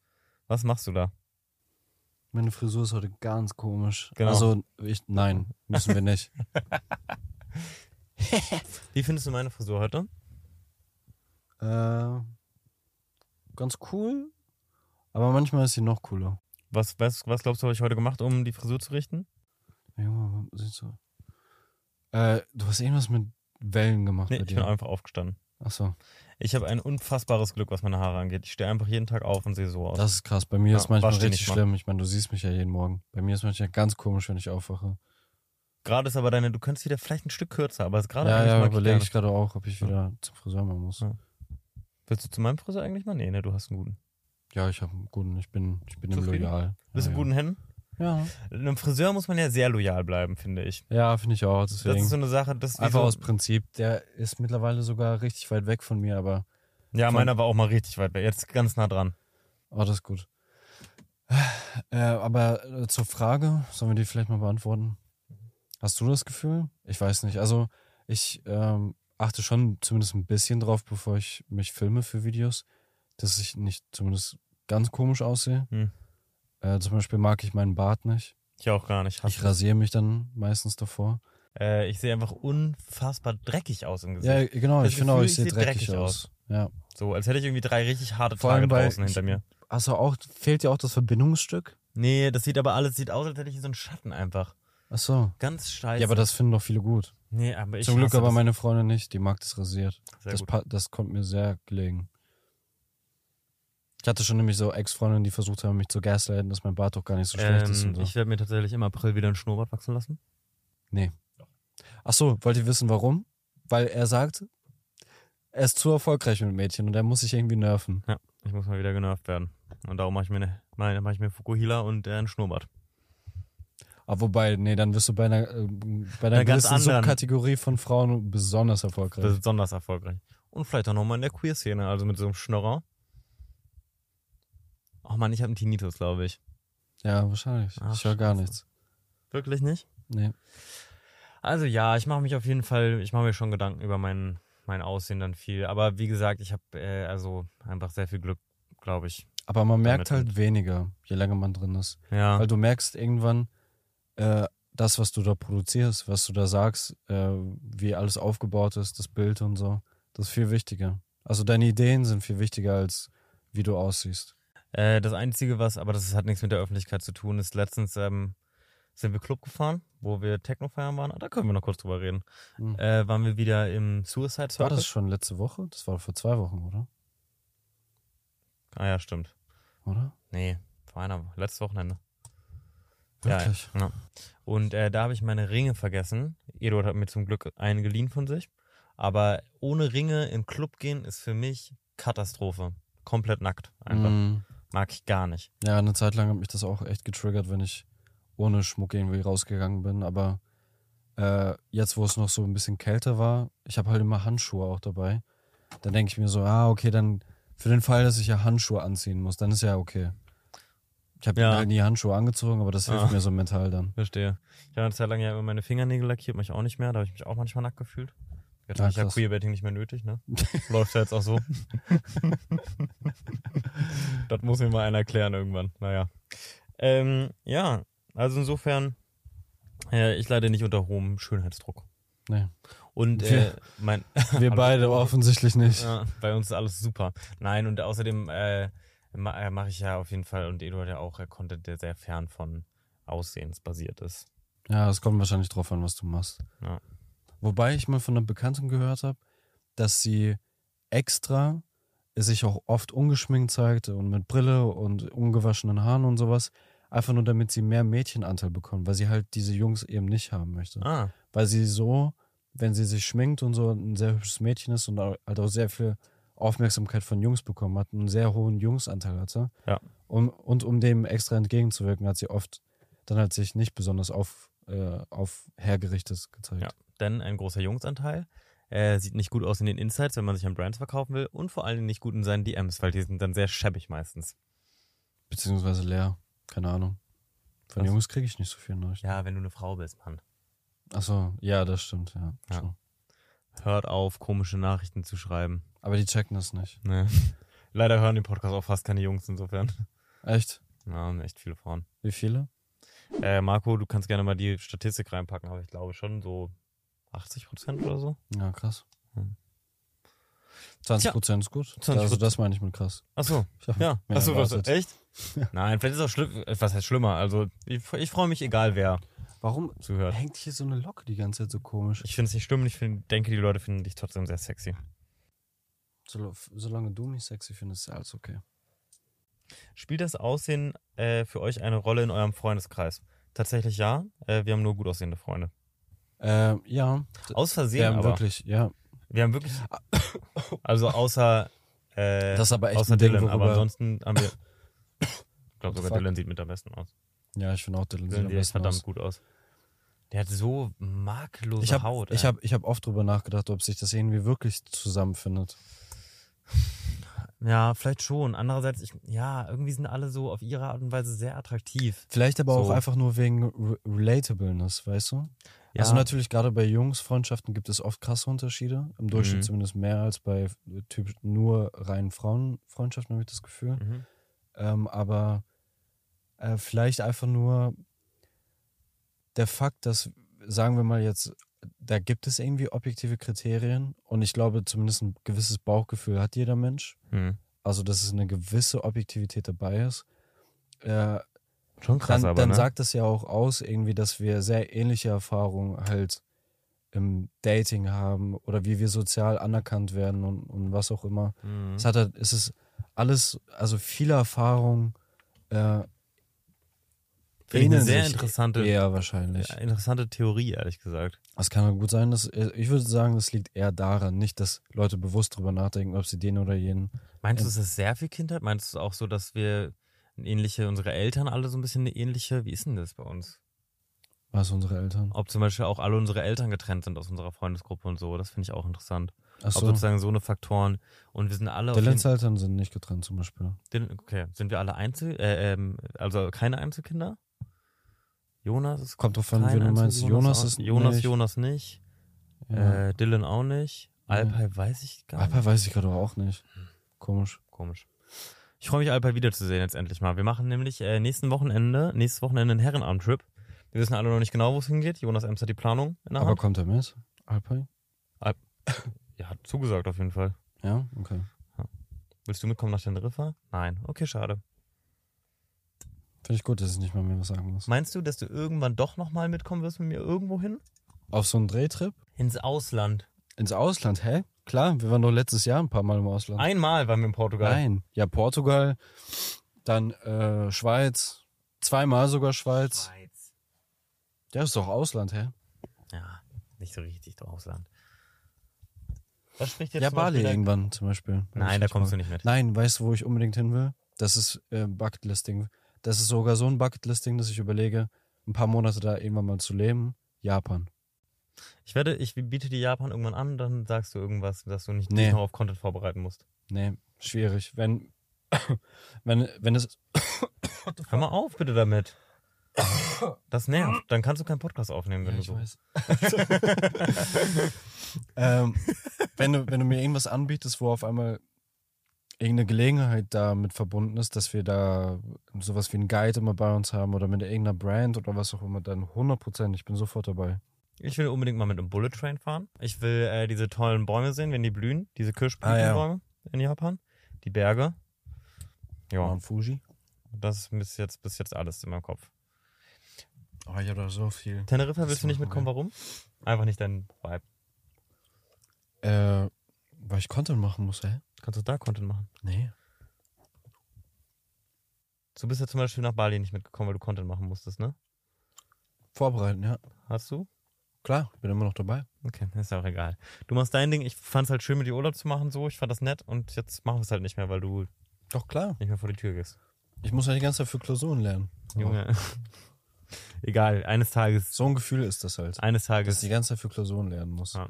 Speaker 1: Was machst du da?
Speaker 2: Meine Frisur ist heute ganz komisch.
Speaker 1: Genau.
Speaker 2: Also, ich, nein, müssen
Speaker 1: *laughs*
Speaker 2: wir nicht.
Speaker 1: Wie findest du meine Frisur heute?
Speaker 2: äh, ganz cool, aber manchmal ist sie noch cooler.
Speaker 1: Was, was, was glaubst du, habe ich heute gemacht, um die Frisur zu richten?
Speaker 2: Junge, sieht so. Äh, du hast irgendwas mit Wellen gemacht
Speaker 1: Nee,
Speaker 2: bei
Speaker 1: ich bin
Speaker 2: dir.
Speaker 1: einfach aufgestanden.
Speaker 2: Achso,
Speaker 1: Ich habe ein unfassbares Glück, was meine Haare angeht. Ich stehe einfach jeden Tag auf und sehe so aus.
Speaker 2: das ist krass. Bei mir
Speaker 1: Ja,
Speaker 2: ist manchmal
Speaker 1: wasch dir
Speaker 2: richtig
Speaker 1: nicht mal.
Speaker 2: schlimm. Ich meine, du siehst mich ja jeden Morgen. Bei mir ist manchmal ganz komisch, wenn ich aufwache.
Speaker 1: Gerade ist aber deine, du könntest wieder vielleicht ein Stück kürzer, aber ist gerade
Speaker 2: ja,
Speaker 1: eigentlich
Speaker 2: ja,
Speaker 1: mag ich
Speaker 2: überlege
Speaker 1: gerne.
Speaker 2: ich gerade auch, ob ich wieder zum Friseur mal muss.
Speaker 1: Ja. Willst du zu meinem Friseur eigentlich mal? Nee, ne, du hast einen guten.
Speaker 2: Ja, ich habe einen guten, ich bin, ich bin ihm
Speaker 1: Zufrieden?
Speaker 2: loyal.
Speaker 1: Bist du in
Speaker 2: ja,
Speaker 1: guten Händen?
Speaker 2: ja. ja.
Speaker 1: Einem Friseur muss man ja sehr loyal bleiben, finde ich.
Speaker 2: Ja, finde ich auch. Deswegen.
Speaker 1: Das ist so eine Sache, das ist wie
Speaker 2: Einfach
Speaker 1: so,
Speaker 2: aus Prinzip. Der ist mittlerweile sogar richtig weit weg von mir, aber
Speaker 1: Ja,
Speaker 2: von-
Speaker 1: meiner war auch mal richtig weit weg. Jetzt ganz nah dran.
Speaker 2: oh, das ist gut. Äh, aber äh, zur Frage, sollen wir die vielleicht mal beantworten? Hast du das Gefühl? Ich weiß nicht. Also ich ähm, achte schon zumindest ein bisschen drauf, bevor ich mich filme für Videos, dass ich nicht zumindest ganz komisch aussehe.
Speaker 1: Hm.
Speaker 2: Äh, zum Beispiel mag ich meinen Bart nicht.
Speaker 1: Ich auch gar nicht.
Speaker 2: Ich rasiere mich dann meistens davor.
Speaker 1: äh, ich sehe einfach unfassbar dreckig aus im Gesicht.
Speaker 2: Ja, genau.
Speaker 1: das
Speaker 2: Ich finde auch,
Speaker 1: Gefühl,
Speaker 2: ich sehe dreckig, aus. Ja.
Speaker 1: So, als hätte ich irgendwie drei richtig harte
Speaker 2: Vor
Speaker 1: Tage
Speaker 2: allem, weil
Speaker 1: draußen
Speaker 2: ich-
Speaker 1: hinter mir.
Speaker 2: Hast du auch, fehlt dir auch das Verbindungsstück?
Speaker 1: Nee, das sieht aber alles, sieht aus, als hätte ich so einen Schatten einfach.
Speaker 2: Ach so.
Speaker 1: Ganz scheiße.
Speaker 2: Ja, aber das finden doch viele gut.
Speaker 1: nee, aber Also ich
Speaker 2: Zum Glück
Speaker 1: hasse
Speaker 2: aber
Speaker 1: das.
Speaker 2: meine Freundin nicht, die mag das rasiert.
Speaker 1: Sehr
Speaker 2: Das,
Speaker 1: gut.
Speaker 2: pa- das kommt mir sehr gelegen. Ich hatte schon nämlich so Ex-Freundinnen, die versucht haben, mich zu gaslighten, dass mein Bart doch gar nicht so schlecht ist und
Speaker 1: ähm,
Speaker 2: so.
Speaker 1: Ich werde mir tatsächlich im April wieder einen Schnurrbart wachsen lassen.
Speaker 2: Ach so, wollt ihr wissen, warum? Weil er sagt, er ist zu erfolgreich mit Mädchen und er muss sich irgendwie nerven.
Speaker 1: Ich muss mal wieder genervt werden. Und darum mache ich mir, eine, meine, mache ich mir Fukuhila und äh, einen Schnurrbart.
Speaker 2: Aber Ah, wobei, nee, dann wirst du bei einer, äh, bei einer
Speaker 1: Einer ganz
Speaker 2: gewissen
Speaker 1: anderen.
Speaker 2: Subkategorie von Frauen besonders
Speaker 1: Das
Speaker 2: erfolgreich.
Speaker 1: ist besonders erfolgreich. Und vielleicht auch nochmal in der Queer-Szene, also mit so einem Schnorrer. Ach man, ich habe einen Tinnitus, glaube ich.
Speaker 2: Ja, wahrscheinlich.
Speaker 1: Ach,
Speaker 2: ich höre gar
Speaker 1: scheiße.
Speaker 2: nichts.
Speaker 1: Wirklich nicht?
Speaker 2: Nee.
Speaker 1: Also ja, ich mache mich auf jeden Fall, ich mache mir schon Gedanken über mein, mein Aussehen dann viel. Aber wie gesagt, ich habe äh, also einfach sehr viel Glück, glaube ich.
Speaker 2: Aber man merkt
Speaker 1: Damit
Speaker 2: halt weniger, je länger man drin ist.
Speaker 1: Ja.
Speaker 2: Weil du merkst irgendwann, äh, das, was du da produzierst, was du da sagst, äh, wie alles aufgebaut ist, das Bild und so, das ist viel wichtiger. Also deine Ideen sind viel wichtiger, als wie du aussiehst.
Speaker 1: Äh, das Einzige, was, aber das hat nichts mit der Öffentlichkeit zu tun, ist letztens ähm, sind wir Club gefahren, wo wir Techno feiern waren. Ah, da können wir noch kurz drüber reden.
Speaker 2: Mhm.
Speaker 1: Äh, waren wir wieder im Suicide Circle.
Speaker 2: War das schon letzte Woche? Das war vor zwei Wochen, oder?
Speaker 1: ah ja, stimmt.
Speaker 2: Oder?
Speaker 1: Nee, vor einer Woche, letztes Wochenende.
Speaker 2: Wirklich?
Speaker 1: Ja, ja. Und äh, da habe ich meine Ringe vergessen. Eduard hat mir zum Glück einen geliehen von sich. Aber ohne Ringe in Club gehen ist für mich Katastrophe. Komplett nackt. Einfach.
Speaker 2: Mm.
Speaker 1: Mag ich gar nicht.
Speaker 2: Ja, eine Zeit lang hat mich das auch echt getriggert, wenn ich ohne Schmuck irgendwie rausgegangen bin. Aber äh, jetzt, wo es noch so ein bisschen kälter war, ich habe halt immer Handschuhe auch dabei. Dann denke ich mir so, ah, okay, dann für den Fall, dass ich ja Handschuhe anziehen muss, dann ist ja okay. Ich habe
Speaker 1: Ja.
Speaker 2: halt nie Handschuhe angezogen, aber das hilft
Speaker 1: Ah.
Speaker 2: mir so mental dann.
Speaker 1: Verstehe. Ich habe eine Zeit lang ja immer meine Fingernägel lackiert, mich auch nicht mehr. Da habe ich mich auch manchmal nackt gefühlt. Jetzt
Speaker 2: Ah,
Speaker 1: habe ich ja
Speaker 2: krass.
Speaker 1: Queerbetting nicht mehr nötig,
Speaker 2: *laughs*
Speaker 1: ne? Läuft ja jetzt auch so. das muss mir mal einer erklären irgendwann. Naja. Ähm, ja, also insofern, äh, ich leide nicht unter hohem Schönheitsdruck.
Speaker 2: Nee.
Speaker 1: Und äh,
Speaker 2: Wir-
Speaker 1: mein,
Speaker 2: *laughs* Wir
Speaker 1: Hallo.
Speaker 2: beide offensichtlich nicht.
Speaker 1: ja, bei uns ist alles super. Nein, und außerdem äh, ma- äh, mache ich ja auf jeden Fall und Eduard ja auch äh, Content, der sehr fern von Aussehensbasiert ist.
Speaker 2: Ja, es kommt wahrscheinlich drauf an, was du machst.
Speaker 1: Ja.
Speaker 2: Wobei ich mal von einer Bekannten gehört habe, dass sie extra sich auch oft ungeschminkt zeigte und mit Brille und ungewaschenen Haaren und sowas. Einfach nur, damit sie mehr Mädchenanteil bekommt, weil sie halt diese Jungs eben nicht haben möchte.
Speaker 1: Ah,
Speaker 2: Weil sie so, wenn sie sich schminkt und so ein sehr hübsches Mädchen ist und au- halt auch sehr viel Aufmerksamkeit von Jungs bekommen hat, einen sehr hohen Jungsanteil hatte.
Speaker 1: Ja.
Speaker 2: Um, und um dem extra entgegenzuwirken, hat sie oft dann halt sich nicht besonders auf, äh, auf hergerichtet gezeigt.
Speaker 1: Ja. denn ein großer Jungsanteil. Äh, sieht nicht gut aus in den Insights, wenn man sich an Brands verkaufen will und vor allen Dingen nicht gut in seinen DMs, weil die sind dann sehr schäbig meistens.
Speaker 2: Beziehungsweise leer. Keine Ahnung. Von
Speaker 1: Was?
Speaker 2: Jungs kriege ich nicht so viel Nachrichten.
Speaker 1: Ja, wenn du eine Frau bist, Mann.
Speaker 2: Achso, ja, das stimmt, ja.
Speaker 1: Ja.
Speaker 2: Schon.
Speaker 1: Hört auf, komische Nachrichten zu schreiben.
Speaker 2: Aber die checken das nicht.
Speaker 1: Ne. *laughs* Leider hören den Podcast auch fast keine Jungs insofern.
Speaker 2: Echt?
Speaker 1: Ja, haben echt viele Frauen.
Speaker 2: Wie viele?
Speaker 1: Äh, Marco, du kannst gerne mal die Statistik reinpacken, aber ich glaube schon so 80 Prozent oder so.
Speaker 2: Ja, krass.
Speaker 1: Hm.
Speaker 2: 20 Prozent ist gut.
Speaker 1: 20%.
Speaker 2: Also das meine ich mit krass.
Speaker 1: Ach so, *laughs*
Speaker 2: Ich hab
Speaker 1: ja.
Speaker 2: mehr
Speaker 1: Ach so, was,
Speaker 2: erwartet.
Speaker 1: echt? Nein, vielleicht ist auch schlimm. äh, Was heißt schlimmer? Also, ich, ich freue mich, egal wer
Speaker 2: Warum
Speaker 1: zuhört.
Speaker 2: hängt hier so eine Locke die ganze Zeit so komisch?
Speaker 1: Ich finde es nicht schlimm und ich find, denke, die Leute finden dich trotzdem sehr sexy.
Speaker 2: So, solange du mich sexy findest, ist alles okay.
Speaker 1: Spielt das Aussehen äh, für euch eine Rolle in eurem Freundeskreis? Tatsächlich ja. Äh, wir haben nur gut aussehende Freunde.
Speaker 2: Ähm, ja.
Speaker 1: Aus Versehen,
Speaker 2: Wir haben
Speaker 1: aber. Äh,
Speaker 2: wirklich, ja.
Speaker 1: Wir haben wirklich. Also außer. Äh,
Speaker 2: Das ist aber echt
Speaker 1: außer
Speaker 2: ein Ding,
Speaker 1: Dylan, aber
Speaker 2: worüber-
Speaker 1: ansonsten haben wir. Ich glaube sogar
Speaker 2: Fuck.
Speaker 1: Dylan sieht mit am besten aus.
Speaker 2: Ja, ich finde auch Dylan sieht
Speaker 1: Dylan
Speaker 2: am
Speaker 1: sieht echt
Speaker 2: besten
Speaker 1: verdammt
Speaker 2: aus.
Speaker 1: gut aus. Der hat so makellose
Speaker 2: Ich habe
Speaker 1: Haut.
Speaker 2: ich
Speaker 1: ey.
Speaker 2: hab, ich hab oft drüber nachgedacht, ob sich das irgendwie wirklich zusammenfindet.
Speaker 1: Ja, vielleicht schon. Andererseits, ich, ja, irgendwie sind alle so auf ihre Art und Weise sehr attraktiv.
Speaker 2: Vielleicht aber auch
Speaker 1: So.
Speaker 2: einfach nur wegen Re Relatableness, weißt du?
Speaker 1: Ja.
Speaker 2: Also natürlich gerade bei Jungsfreundschaften gibt es oft krasse Unterschiede. Im Durchschnitt
Speaker 1: Mhm.
Speaker 2: zumindest mehr als bei typisch nur reinen Frauenfreundschaften, habe ich das Gefühl.
Speaker 1: Mhm.
Speaker 2: Ähm, aber äh, vielleicht einfach nur der Fakt, dass, sagen wir mal jetzt, da gibt es irgendwie objektive Kriterien und ich glaube, zumindest ein gewisses Bauchgefühl hat jeder Mensch.
Speaker 1: Mhm.
Speaker 2: Also, dass es eine gewisse Objektivität dabei ist. Äh,
Speaker 1: Schon krass,
Speaker 2: dann,
Speaker 1: aber.
Speaker 2: dann
Speaker 1: ne?
Speaker 2: sagt das ja auch aus, irgendwie, dass wir sehr ähnliche Erfahrungen halt im Dating haben oder wie wir sozial anerkannt werden und, und was auch immer.
Speaker 1: mhm.
Speaker 2: Es hat halt, es ist alles, also viele Erfahrungen äh,
Speaker 1: Finde ich eine
Speaker 2: ähneln
Speaker 1: sehr
Speaker 2: sich
Speaker 1: interessante,
Speaker 2: eher wahrscheinlich.
Speaker 1: äh, ja, interessante Theorie, ehrlich gesagt.
Speaker 2: Es kann halt gut sein, dass ich würde sagen, das liegt eher daran, nicht, dass Leute bewusst drüber nachdenken, ob sie den oder jenen.
Speaker 1: Meinst du, ist das sehr viel Kindheit? Meinst du auch so, dass wir eine ähnliche, unsere Eltern alle so ein bisschen eine ähnliche, wie ist denn das bei uns?
Speaker 2: Was unsere Eltern?
Speaker 1: Ob zum Beispiel auch alle unsere Eltern getrennt sind aus unserer Freundesgruppe und so, das finde ich auch interessant. Ob
Speaker 2: Achso,
Speaker 1: sozusagen so eine Faktoren und wir sind alle auf
Speaker 2: Dylans Eltern sind nicht getrennt zum Beispiel.
Speaker 1: jeden, Dylan- Okay, sind wir alle Einzel, äh, ähm, also keine Einzelkinder? Jonas ist
Speaker 2: Kommt drauf an, wen du
Speaker 1: Einzel-
Speaker 2: meinst. Jonas
Speaker 1: auch-
Speaker 2: ist
Speaker 1: Jonas,
Speaker 2: nicht.
Speaker 1: Jonas nicht.
Speaker 2: Ja.
Speaker 1: Äh, Dylan auch nicht.
Speaker 2: Ja.
Speaker 1: Alpay weiß ich gar nicht.
Speaker 2: Alper weiß ich gerade auch nicht. Komisch.
Speaker 1: Komisch. Ich freue mich, Alper wiederzusehen jetzt endlich mal. Wir machen nämlich äh, nächsten Wochenende, nächstes Wochenende einen Herrenabendtrip. Wir wissen alle noch nicht genau, wo es hingeht. Jonas Ems hat die Planung in der
Speaker 2: Aber
Speaker 1: Hand.
Speaker 2: kommt er mit? Alper?
Speaker 1: Ja, hat zugesagt auf jeden Fall.
Speaker 2: Ja, okay.
Speaker 1: Willst du mitkommen nach Teneriffa? Nein. Okay, schade.
Speaker 2: Finde ich gut, dass ich nicht mal mehr was sagen muss.
Speaker 1: Meinst du, dass du irgendwann doch nochmal mitkommen wirst mit mir irgendwo hin?
Speaker 2: Auf so einen Drehtrip?
Speaker 1: Ins Ausland.
Speaker 2: Ins Ausland, hä? Klar, wir waren doch letztes Jahr ein paar Mal im Ausland.
Speaker 1: Einmal waren wir in Portugal.
Speaker 2: Nein. Ja, Portugal, dann äh, Schweiz, zweimal sogar Schweiz.
Speaker 1: Schweiz.
Speaker 2: Ja, ist doch Ausland, hä?
Speaker 1: Ja, nicht so richtig doch Ausland. Was spricht jetzt
Speaker 2: ja,
Speaker 1: zum Beispiel
Speaker 2: Bali
Speaker 1: der-
Speaker 2: irgendwann zum Beispiel.
Speaker 1: Nein, da kommst du nicht mit.
Speaker 2: Nein, weißt du, wo ich unbedingt hin will? Das ist äh, Bucketlisting. Das ist sogar so ein Bucketlisting, dass ich überlege, ein paar Monate da irgendwann mal zu leben. Japan.
Speaker 1: Ich werde, ich biete dir Japan irgendwann an, dann sagst du irgendwas, dass du nicht dich
Speaker 2: Nee.
Speaker 1: noch auf Content vorbereiten musst.
Speaker 2: Nee, schwierig. Wenn, *coughs* wenn, wenn es.
Speaker 1: Hör mal auf bitte damit. Das nervt. Dann kannst du keinen Podcast aufnehmen, wenn
Speaker 2: Ja,
Speaker 1: du
Speaker 2: ich
Speaker 1: so.
Speaker 2: weiß. *laughs* ähm, wenn, du, wenn du mir irgendwas anbietest, wo auf einmal irgendeine Gelegenheit damit verbunden ist, dass wir da sowas wie einen Guide immer bei uns haben oder mit irgendeiner Brand oder was auch immer, dann 100 Prozent, ich bin sofort dabei.
Speaker 1: Ich will unbedingt mal mit einem Bullet Train fahren. Ich will äh, diese tollen Bäume sehen, wenn die blühen, diese
Speaker 2: Ah,
Speaker 1: Kirschblütenbäume in Japan, die Berge. Ja,
Speaker 2: Mount Fuji.
Speaker 1: das ist bis jetzt, bis jetzt alles in meinem Kopf.
Speaker 2: Oh, ich habe da so viel.
Speaker 1: Teneriffa
Speaker 2: Das
Speaker 1: willst du nicht
Speaker 2: machen
Speaker 1: mitkommen,
Speaker 2: wir.
Speaker 1: warum? Einfach nicht dein Vibe.
Speaker 2: Äh, weil ich Content machen muss, hä?
Speaker 1: Kannst du da Content machen?
Speaker 2: Nee.
Speaker 1: Du bist ja zum Beispiel nach Bali nicht mitgekommen, weil du Content machen musstest, ne?
Speaker 2: Vorbereiten, ja.
Speaker 1: Hast du?
Speaker 2: Klar, bin immer noch dabei.
Speaker 1: Okay, ist auch egal. Du machst dein Ding. Ich fand es halt schön, mit dir Urlaub zu machen, so. Ich fand das nett und jetzt machen wir es halt nicht mehr, weil du
Speaker 2: Doch, klar.
Speaker 1: nicht mehr vor die Tür gehst.
Speaker 2: Ich muss ja die ganze Zeit für Klausuren lernen.
Speaker 1: Junge. *laughs* Egal, eines Tages.
Speaker 2: So ein Gefühl ist das halt.
Speaker 1: Eines
Speaker 2: Dass ich
Speaker 1: Tages.
Speaker 2: die ganze Zeit für Klausuren lernen muss.
Speaker 1: Ja.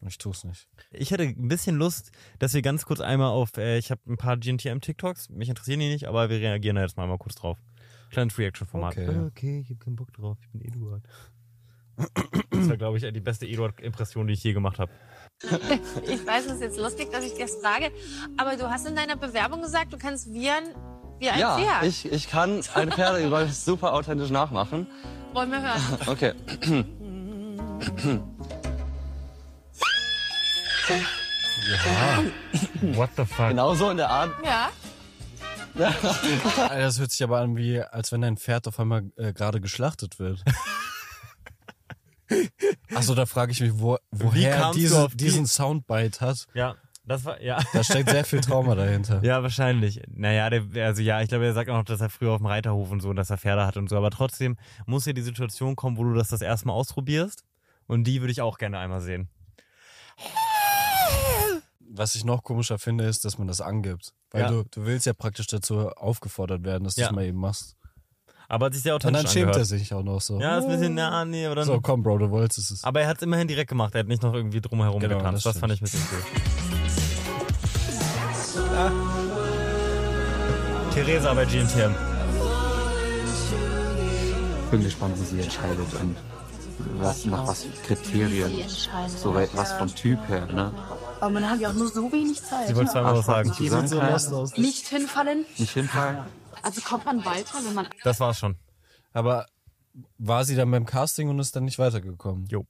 Speaker 2: Und ich tue es nicht.
Speaker 1: Ich hätte ein bisschen Lust, dass wir ganz kurz einmal auf. Äh, ich habe ein paar GNTM-TikToks. Mich interessieren die nicht, aber wir reagieren da jetzt mal, mal kurz drauf. Kleines Reaction-Format. Äh,
Speaker 2: Okay.
Speaker 1: okay, ich habe keinen Bock drauf. Ich bin Eduard. Das war, glaube ich, die beste Eduard-Impression, die ich je gemacht habe.
Speaker 5: Ich weiß, es ist jetzt lustig, dass ich das sage, aber du hast in deiner Bewerbung gesagt, du kannst Viren wie ein
Speaker 6: Ja,
Speaker 5: Pferd.
Speaker 6: ich, ich kann eine Pferdegeräusch *laughs* super authentisch nachmachen.
Speaker 5: Wollen wir hören.
Speaker 6: Okay.
Speaker 1: What the fuck?
Speaker 6: Genau so in der Art.
Speaker 5: Ja?
Speaker 2: *laughs* Alter, Das hört sich aber an, wie, als wenn dein Pferd auf einmal äh, gerade geschlachtet *laughs* wird. Also da frage ich mich, wo, woher er
Speaker 1: kamst du
Speaker 2: diese,
Speaker 1: auf die-
Speaker 2: diesen Soundbite hat.
Speaker 1: Ja, das war, ja.
Speaker 2: Da steckt sehr viel Trauma *laughs* dahinter.
Speaker 1: Ja, wahrscheinlich. Naja, der, also ja, ich glaube, er sagt auch noch, dass er früher auf dem Reiterhof und so, und dass er Pferde hat und so. Aber trotzdem muss ja die Situation kommen, wo du das das erste Mal ausprobierst. Und die würde ich auch gerne einmal sehen.
Speaker 2: Was ich noch komischer finde, ist, dass man das angibt. Weil
Speaker 1: Ja.
Speaker 2: du, du willst ja praktisch dazu aufgefordert werden, dass du
Speaker 1: Ja.
Speaker 2: es mal eben machst.
Speaker 1: Aber hat sich sehr
Speaker 2: Und
Speaker 1: authentisch
Speaker 2: dann schämt er
Speaker 1: angehört.
Speaker 2: sich auch noch so.
Speaker 1: Ja, ist ein bisschen, na, nee, aber dann.
Speaker 2: so, komm, Bro, du wolltest es.
Speaker 1: Aber er hat es immerhin direkt gemacht. Er hat nicht noch irgendwie drumherum
Speaker 2: Genau,
Speaker 1: getanzt. Das,
Speaker 2: das
Speaker 1: fand ich ein bisschen cool.
Speaker 2: Ah.
Speaker 1: Theresa bei GNTM.
Speaker 7: bin gespannt, wie sie entscheidet und was, nach was für Kriterien. So we- was vom Typ her, ne?
Speaker 8: Aber man hat ja auch nur so wenig Zeit.
Speaker 1: Sie wollte zweimal was sagen.
Speaker 7: Zusammenhalten,
Speaker 8: Nicht hinfallen.
Speaker 7: nicht hinfallen.
Speaker 8: Also kommt man weiter, wenn man
Speaker 1: Das war's schon.
Speaker 2: Aber war sie dann beim Casting und ist dann nicht weitergekommen?
Speaker 1: Jo.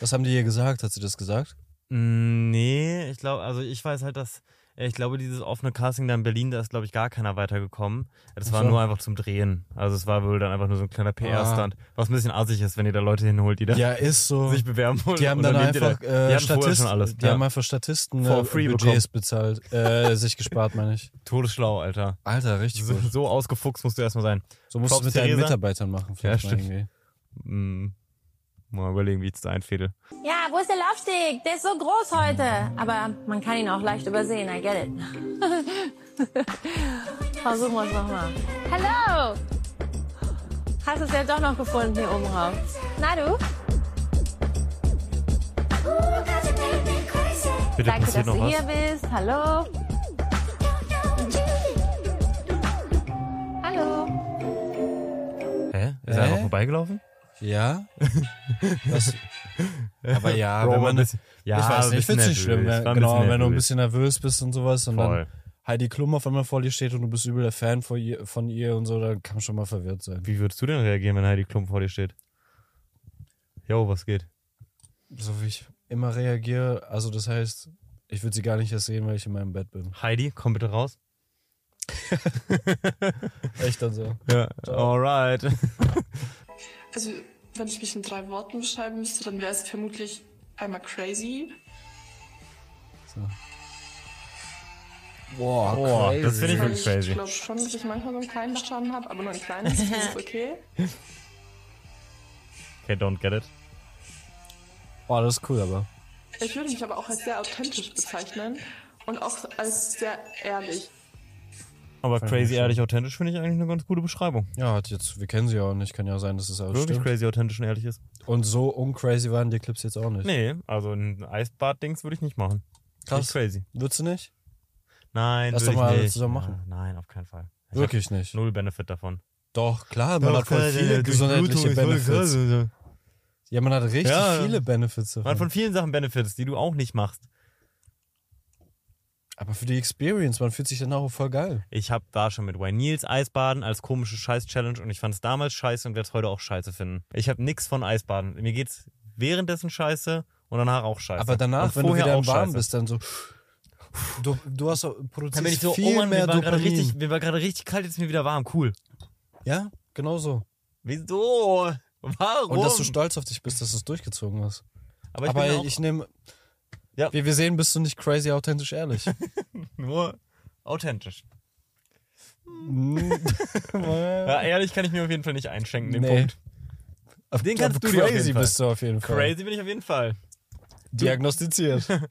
Speaker 2: Was haben die ihr gesagt? Hat sie das gesagt?
Speaker 1: Mm, Nee, ich glaube, also ich weiß halt, dass. Ich glaube, dieses offene Casting da in Berlin, da ist, glaube ich, gar keiner weitergekommen. Das war
Speaker 2: so. Ah.
Speaker 1: nur einfach zum Drehen. Also es war wohl dann einfach nur so ein kleiner PR-Stand. Was ein bisschen assig ist, wenn ihr da Leute hinholt, die da
Speaker 2: Ja, ist
Speaker 1: *laughs*
Speaker 2: so.
Speaker 1: sich bewerben wollen.
Speaker 2: Die haben
Speaker 1: Und
Speaker 2: dann
Speaker 1: nehmt ihr
Speaker 2: einfach
Speaker 1: da- die
Speaker 2: äh,
Speaker 1: hatten vorher
Speaker 2: Statisten,
Speaker 1: schon alles.
Speaker 2: die
Speaker 1: ja.
Speaker 2: haben einfach Statisten
Speaker 1: For
Speaker 2: äh,
Speaker 1: free
Speaker 2: Budgets bezahlt, äh, sich gespart, meine ich.
Speaker 1: Todesschlau, Alter.
Speaker 2: Alter, richtig
Speaker 1: So,
Speaker 2: gut.
Speaker 1: so ausgefuchst musst du erstmal sein.
Speaker 2: So musst
Speaker 1: Props,
Speaker 2: du mit deinen
Speaker 1: Theresa.
Speaker 2: Mitarbeitern machen, vielleicht mal
Speaker 1: stimmt.
Speaker 2: irgendwie.
Speaker 1: Mm. Mal überlegen, wie ich es da einfädel.
Speaker 5: Ja, wo ist der Laufsteg? Der ist so groß heute. Aber man kann ihn auch leicht übersehen, I get it. *laughs* Versuchen wir es nochmal. Hallo! Hast es ja doch noch gefunden hier oben rauf. Na du?
Speaker 1: Bitte
Speaker 5: Danke, dass
Speaker 1: passiert noch
Speaker 5: du hier
Speaker 1: was.
Speaker 5: bist. Hallo. Hallo.
Speaker 1: Hä? Ist er
Speaker 2: Hä?
Speaker 1: einfach vorbeigelaufen? *laughs*
Speaker 2: Ja? Was? Aber ja, wenn man
Speaker 1: Ah, das. Ja,
Speaker 2: ich weiß nicht, ich
Speaker 1: bisschen
Speaker 2: finde es nicht
Speaker 1: nervös.
Speaker 2: schlimm. Wenn,
Speaker 1: War
Speaker 2: genau, wenn du ein
Speaker 1: nervös.
Speaker 2: bisschen nervös bist und sowas und
Speaker 1: Voll.
Speaker 2: dann Heidi Klum auf einmal vor dir steht und du bist übel der Fan von ihr, von ihr und so, dann kann man schon mal verwirrt sein.
Speaker 1: Wie würdest du denn reagieren, wenn Heidi Klum vor dir steht? Jo, was geht?
Speaker 2: So wie ich immer reagiere, also das heißt, ich würde sie gar nicht erst sehen, weil ich in meinem Bett bin.
Speaker 1: Heidi, komm bitte raus.
Speaker 2: Echt dann so.
Speaker 1: Ja, alright.
Speaker 9: Also, wenn ich mich in drei Worten beschreiben müsste, dann wäre es vermutlich einmal crazy.
Speaker 2: Boah,
Speaker 1: Boah, das finde ich
Speaker 9: Weil
Speaker 1: wirklich
Speaker 9: ich
Speaker 1: crazy.
Speaker 9: glaube schon, dass ich manchmal so einen kleinen Schaden habe, aber nur ein kleines, das ist okay.
Speaker 1: *laughs* Okay, don't get it.
Speaker 2: Boah, das ist cool, aber.
Speaker 9: Ich würde mich aber auch als sehr authentisch bezeichnen und auch als sehr ehrlich.
Speaker 1: Aber crazy,
Speaker 2: schön.
Speaker 1: ehrlich, authentisch finde ich eigentlich eine ganz gute Beschreibung.
Speaker 2: Ja, hat jetzt, wir kennen sie ja auch nicht, kann ja sein, dass es alles
Speaker 1: Wirklich
Speaker 2: stimmt.
Speaker 1: crazy, authentisch und ehrlich ist.
Speaker 2: Und so uncrazy waren die Clips jetzt auch nicht.
Speaker 1: Nee, also ein Eisbad-Dings würde ich nicht machen. Krass.
Speaker 2: Krass.
Speaker 1: crazy.
Speaker 2: Würdest du nicht?
Speaker 1: Nein,
Speaker 2: Lass
Speaker 1: würd
Speaker 2: doch
Speaker 1: ich
Speaker 2: mal alle
Speaker 1: nicht.
Speaker 2: zusammen machen.
Speaker 1: Ja, Nein, auf keinen Fall. Ich
Speaker 2: Wirklich
Speaker 1: hab
Speaker 2: nicht.
Speaker 1: Null Benefit davon.
Speaker 2: Doch, klar, man hat voll viele gesundheitliche Benefits. Ja, man hat richtig
Speaker 1: Ja.
Speaker 2: viele Benefits davon.
Speaker 1: Man hat von vielen Sachen Benefits, die du auch nicht machst.
Speaker 2: Aber für die Experience, man fühlt sich dann auch voll geil.
Speaker 1: Ich hab, war schon mit Wayne Neals Eisbaden als komische Scheiß-Challenge und ich fand es damals scheiße und werde es heute auch scheiße finden. Ich habe nix von Eisbaden. Mir geht's währenddessen scheiße und danach auch scheiße.
Speaker 2: Aber danach,
Speaker 1: und
Speaker 2: wenn du
Speaker 1: vorher
Speaker 2: wieder
Speaker 1: auch
Speaker 2: im Warm
Speaker 1: scheiße.
Speaker 2: bist, dann so. Du, du hast auch- produzierst
Speaker 1: dann bin ich so,
Speaker 2: viel
Speaker 1: oh Mann,
Speaker 2: mehr
Speaker 1: mir war gerade
Speaker 2: Dopamin.
Speaker 1: richtig, mir war gerade richtig kalt, jetzt ist mir wieder warm. Cool.
Speaker 2: Ja, genau so.
Speaker 1: Wieso? Warum?
Speaker 2: Und dass du stolz auf dich bist, dass du es durchgezogen hast.
Speaker 1: aber ich
Speaker 2: Aber
Speaker 1: bin ja auch
Speaker 2: ich, nehme.
Speaker 1: Ja.
Speaker 2: Wir, wir sehen, bist du nicht crazy, authentisch, ehrlich.
Speaker 1: *laughs* nur authentisch.
Speaker 2: ja,
Speaker 1: Ja, ehrlich kann ich mir auf jeden Fall nicht einschenken, den
Speaker 2: Nee.
Speaker 1: Punkt.
Speaker 2: Auf
Speaker 1: Den kannst du dir auf
Speaker 2: crazy
Speaker 1: jeden Fall.
Speaker 2: bist du auf jeden Fall.
Speaker 1: Crazy bin ich auf jeden Fall.
Speaker 2: Diagnostiziert.
Speaker 1: *laughs*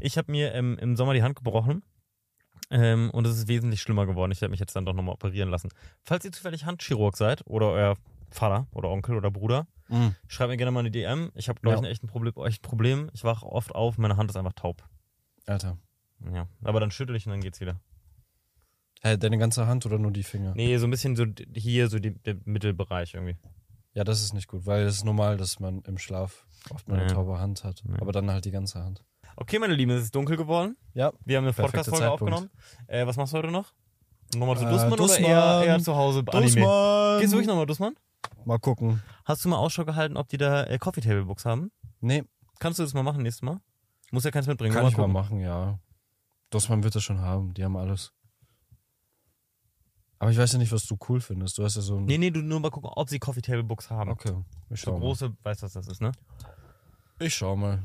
Speaker 1: Ich habe mir ähm, im Sommer die Hand gebrochen ähm, und es ist wesentlich schlimmer geworden. Ich werde mich jetzt dann doch nochmal operieren lassen. Falls ihr zufällig Handchirurg seid oder euer Vater oder Onkel oder Bruder,
Speaker 2: Mhm.
Speaker 1: schreibt mir gerne mal eine DM. Ich habe, glaube ich,
Speaker 2: Ja.
Speaker 1: ein echtes Problem, echt ein Problem. Ich wache oft auf, meine Hand ist einfach taub.
Speaker 2: Alter.
Speaker 1: Ja. Aber dann schüttel ich und dann geht's wieder.
Speaker 2: Hey, deine ganze Hand oder nur die Finger?
Speaker 1: Nee, so ein bisschen so d- hier, so die, der Mittelbereich irgendwie.
Speaker 2: Ja, das ist nicht gut, weil es ist normal, dass man im Schlaf oft mal eine
Speaker 1: Ja.
Speaker 2: taube Hand hat.
Speaker 1: Ja.
Speaker 2: Aber dann halt die ganze Hand.
Speaker 1: Okay, meine Lieben, es ist dunkel geworden.
Speaker 2: Ja.
Speaker 1: Wir haben eine
Speaker 2: Perfekter
Speaker 1: Podcast-Folge
Speaker 2: Zeitpunkt.
Speaker 1: aufgenommen. Äh, was machst du heute noch? Nochmal zu
Speaker 2: Äh,
Speaker 1: Dussmann oder
Speaker 2: Dussmann.
Speaker 1: eher, eher zu Hause Anime?
Speaker 2: Dussmann!
Speaker 1: Gehst du wirklich nochmal Dussmann?
Speaker 2: Mal gucken.
Speaker 1: Hast du mal Ausschau gehalten, ob die da äh, Coffee Table Books haben?
Speaker 2: Nee,
Speaker 1: Kannst du das mal machen nächstes Mal? Muss ja keins mitbringen.
Speaker 2: kann
Speaker 1: nur
Speaker 2: ich mal
Speaker 1: gucken.
Speaker 2: machen, ja. Dussmann wird das schon haben. Die haben alles. Aber ich weiß ja nicht, was du cool findest. Du hast ja so ein.
Speaker 1: Nee, nee, du nur mal gucken, ob sie Coffee Table Books haben.
Speaker 2: Okay. Ich
Speaker 1: So
Speaker 2: schau mal.
Speaker 1: große, weißt du, was das ist, ne?
Speaker 2: Ich schau mal.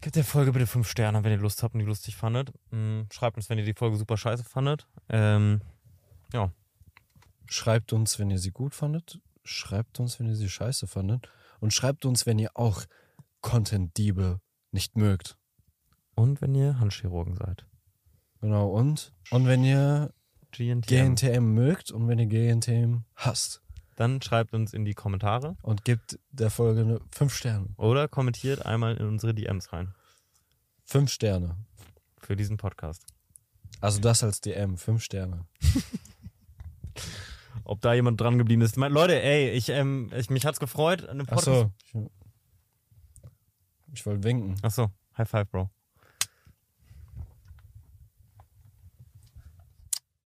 Speaker 1: Gebt der Folge bitte 5 Sterne, wenn ihr Lust habt und die lustig fandet. Mm, Schreibt uns, wenn ihr die Folge super scheiße fandet. Ähm,
Speaker 2: Schreibt uns, wenn ihr sie gut fandet. Schreibt uns, wenn ihr sie scheiße fandet. Und schreibt uns, wenn ihr auch Content-Diebe nicht mögt.
Speaker 1: und wenn ihr Handchirurgen seid.
Speaker 2: Genau, und? Und wenn ihr
Speaker 1: GNTM.
Speaker 2: GNTM mögt und wenn ihr GNTM hasst.
Speaker 1: Dann schreibt uns in die Kommentare
Speaker 2: Und gebt der Folge eine 5 Sterne.
Speaker 1: oder kommentiert einmal in unsere DMs rein
Speaker 2: 5 Sterne.
Speaker 1: für diesen Podcast.
Speaker 2: Also das als DM, 5 Sterne.
Speaker 1: Ob da jemand dran geblieben ist. Mein, Leute, ey, ich, ähm, ich, mich hat's gefreut. Eine
Speaker 2: Achso. Ich, ich wollte winken.
Speaker 1: Ach so, High Five, Bro.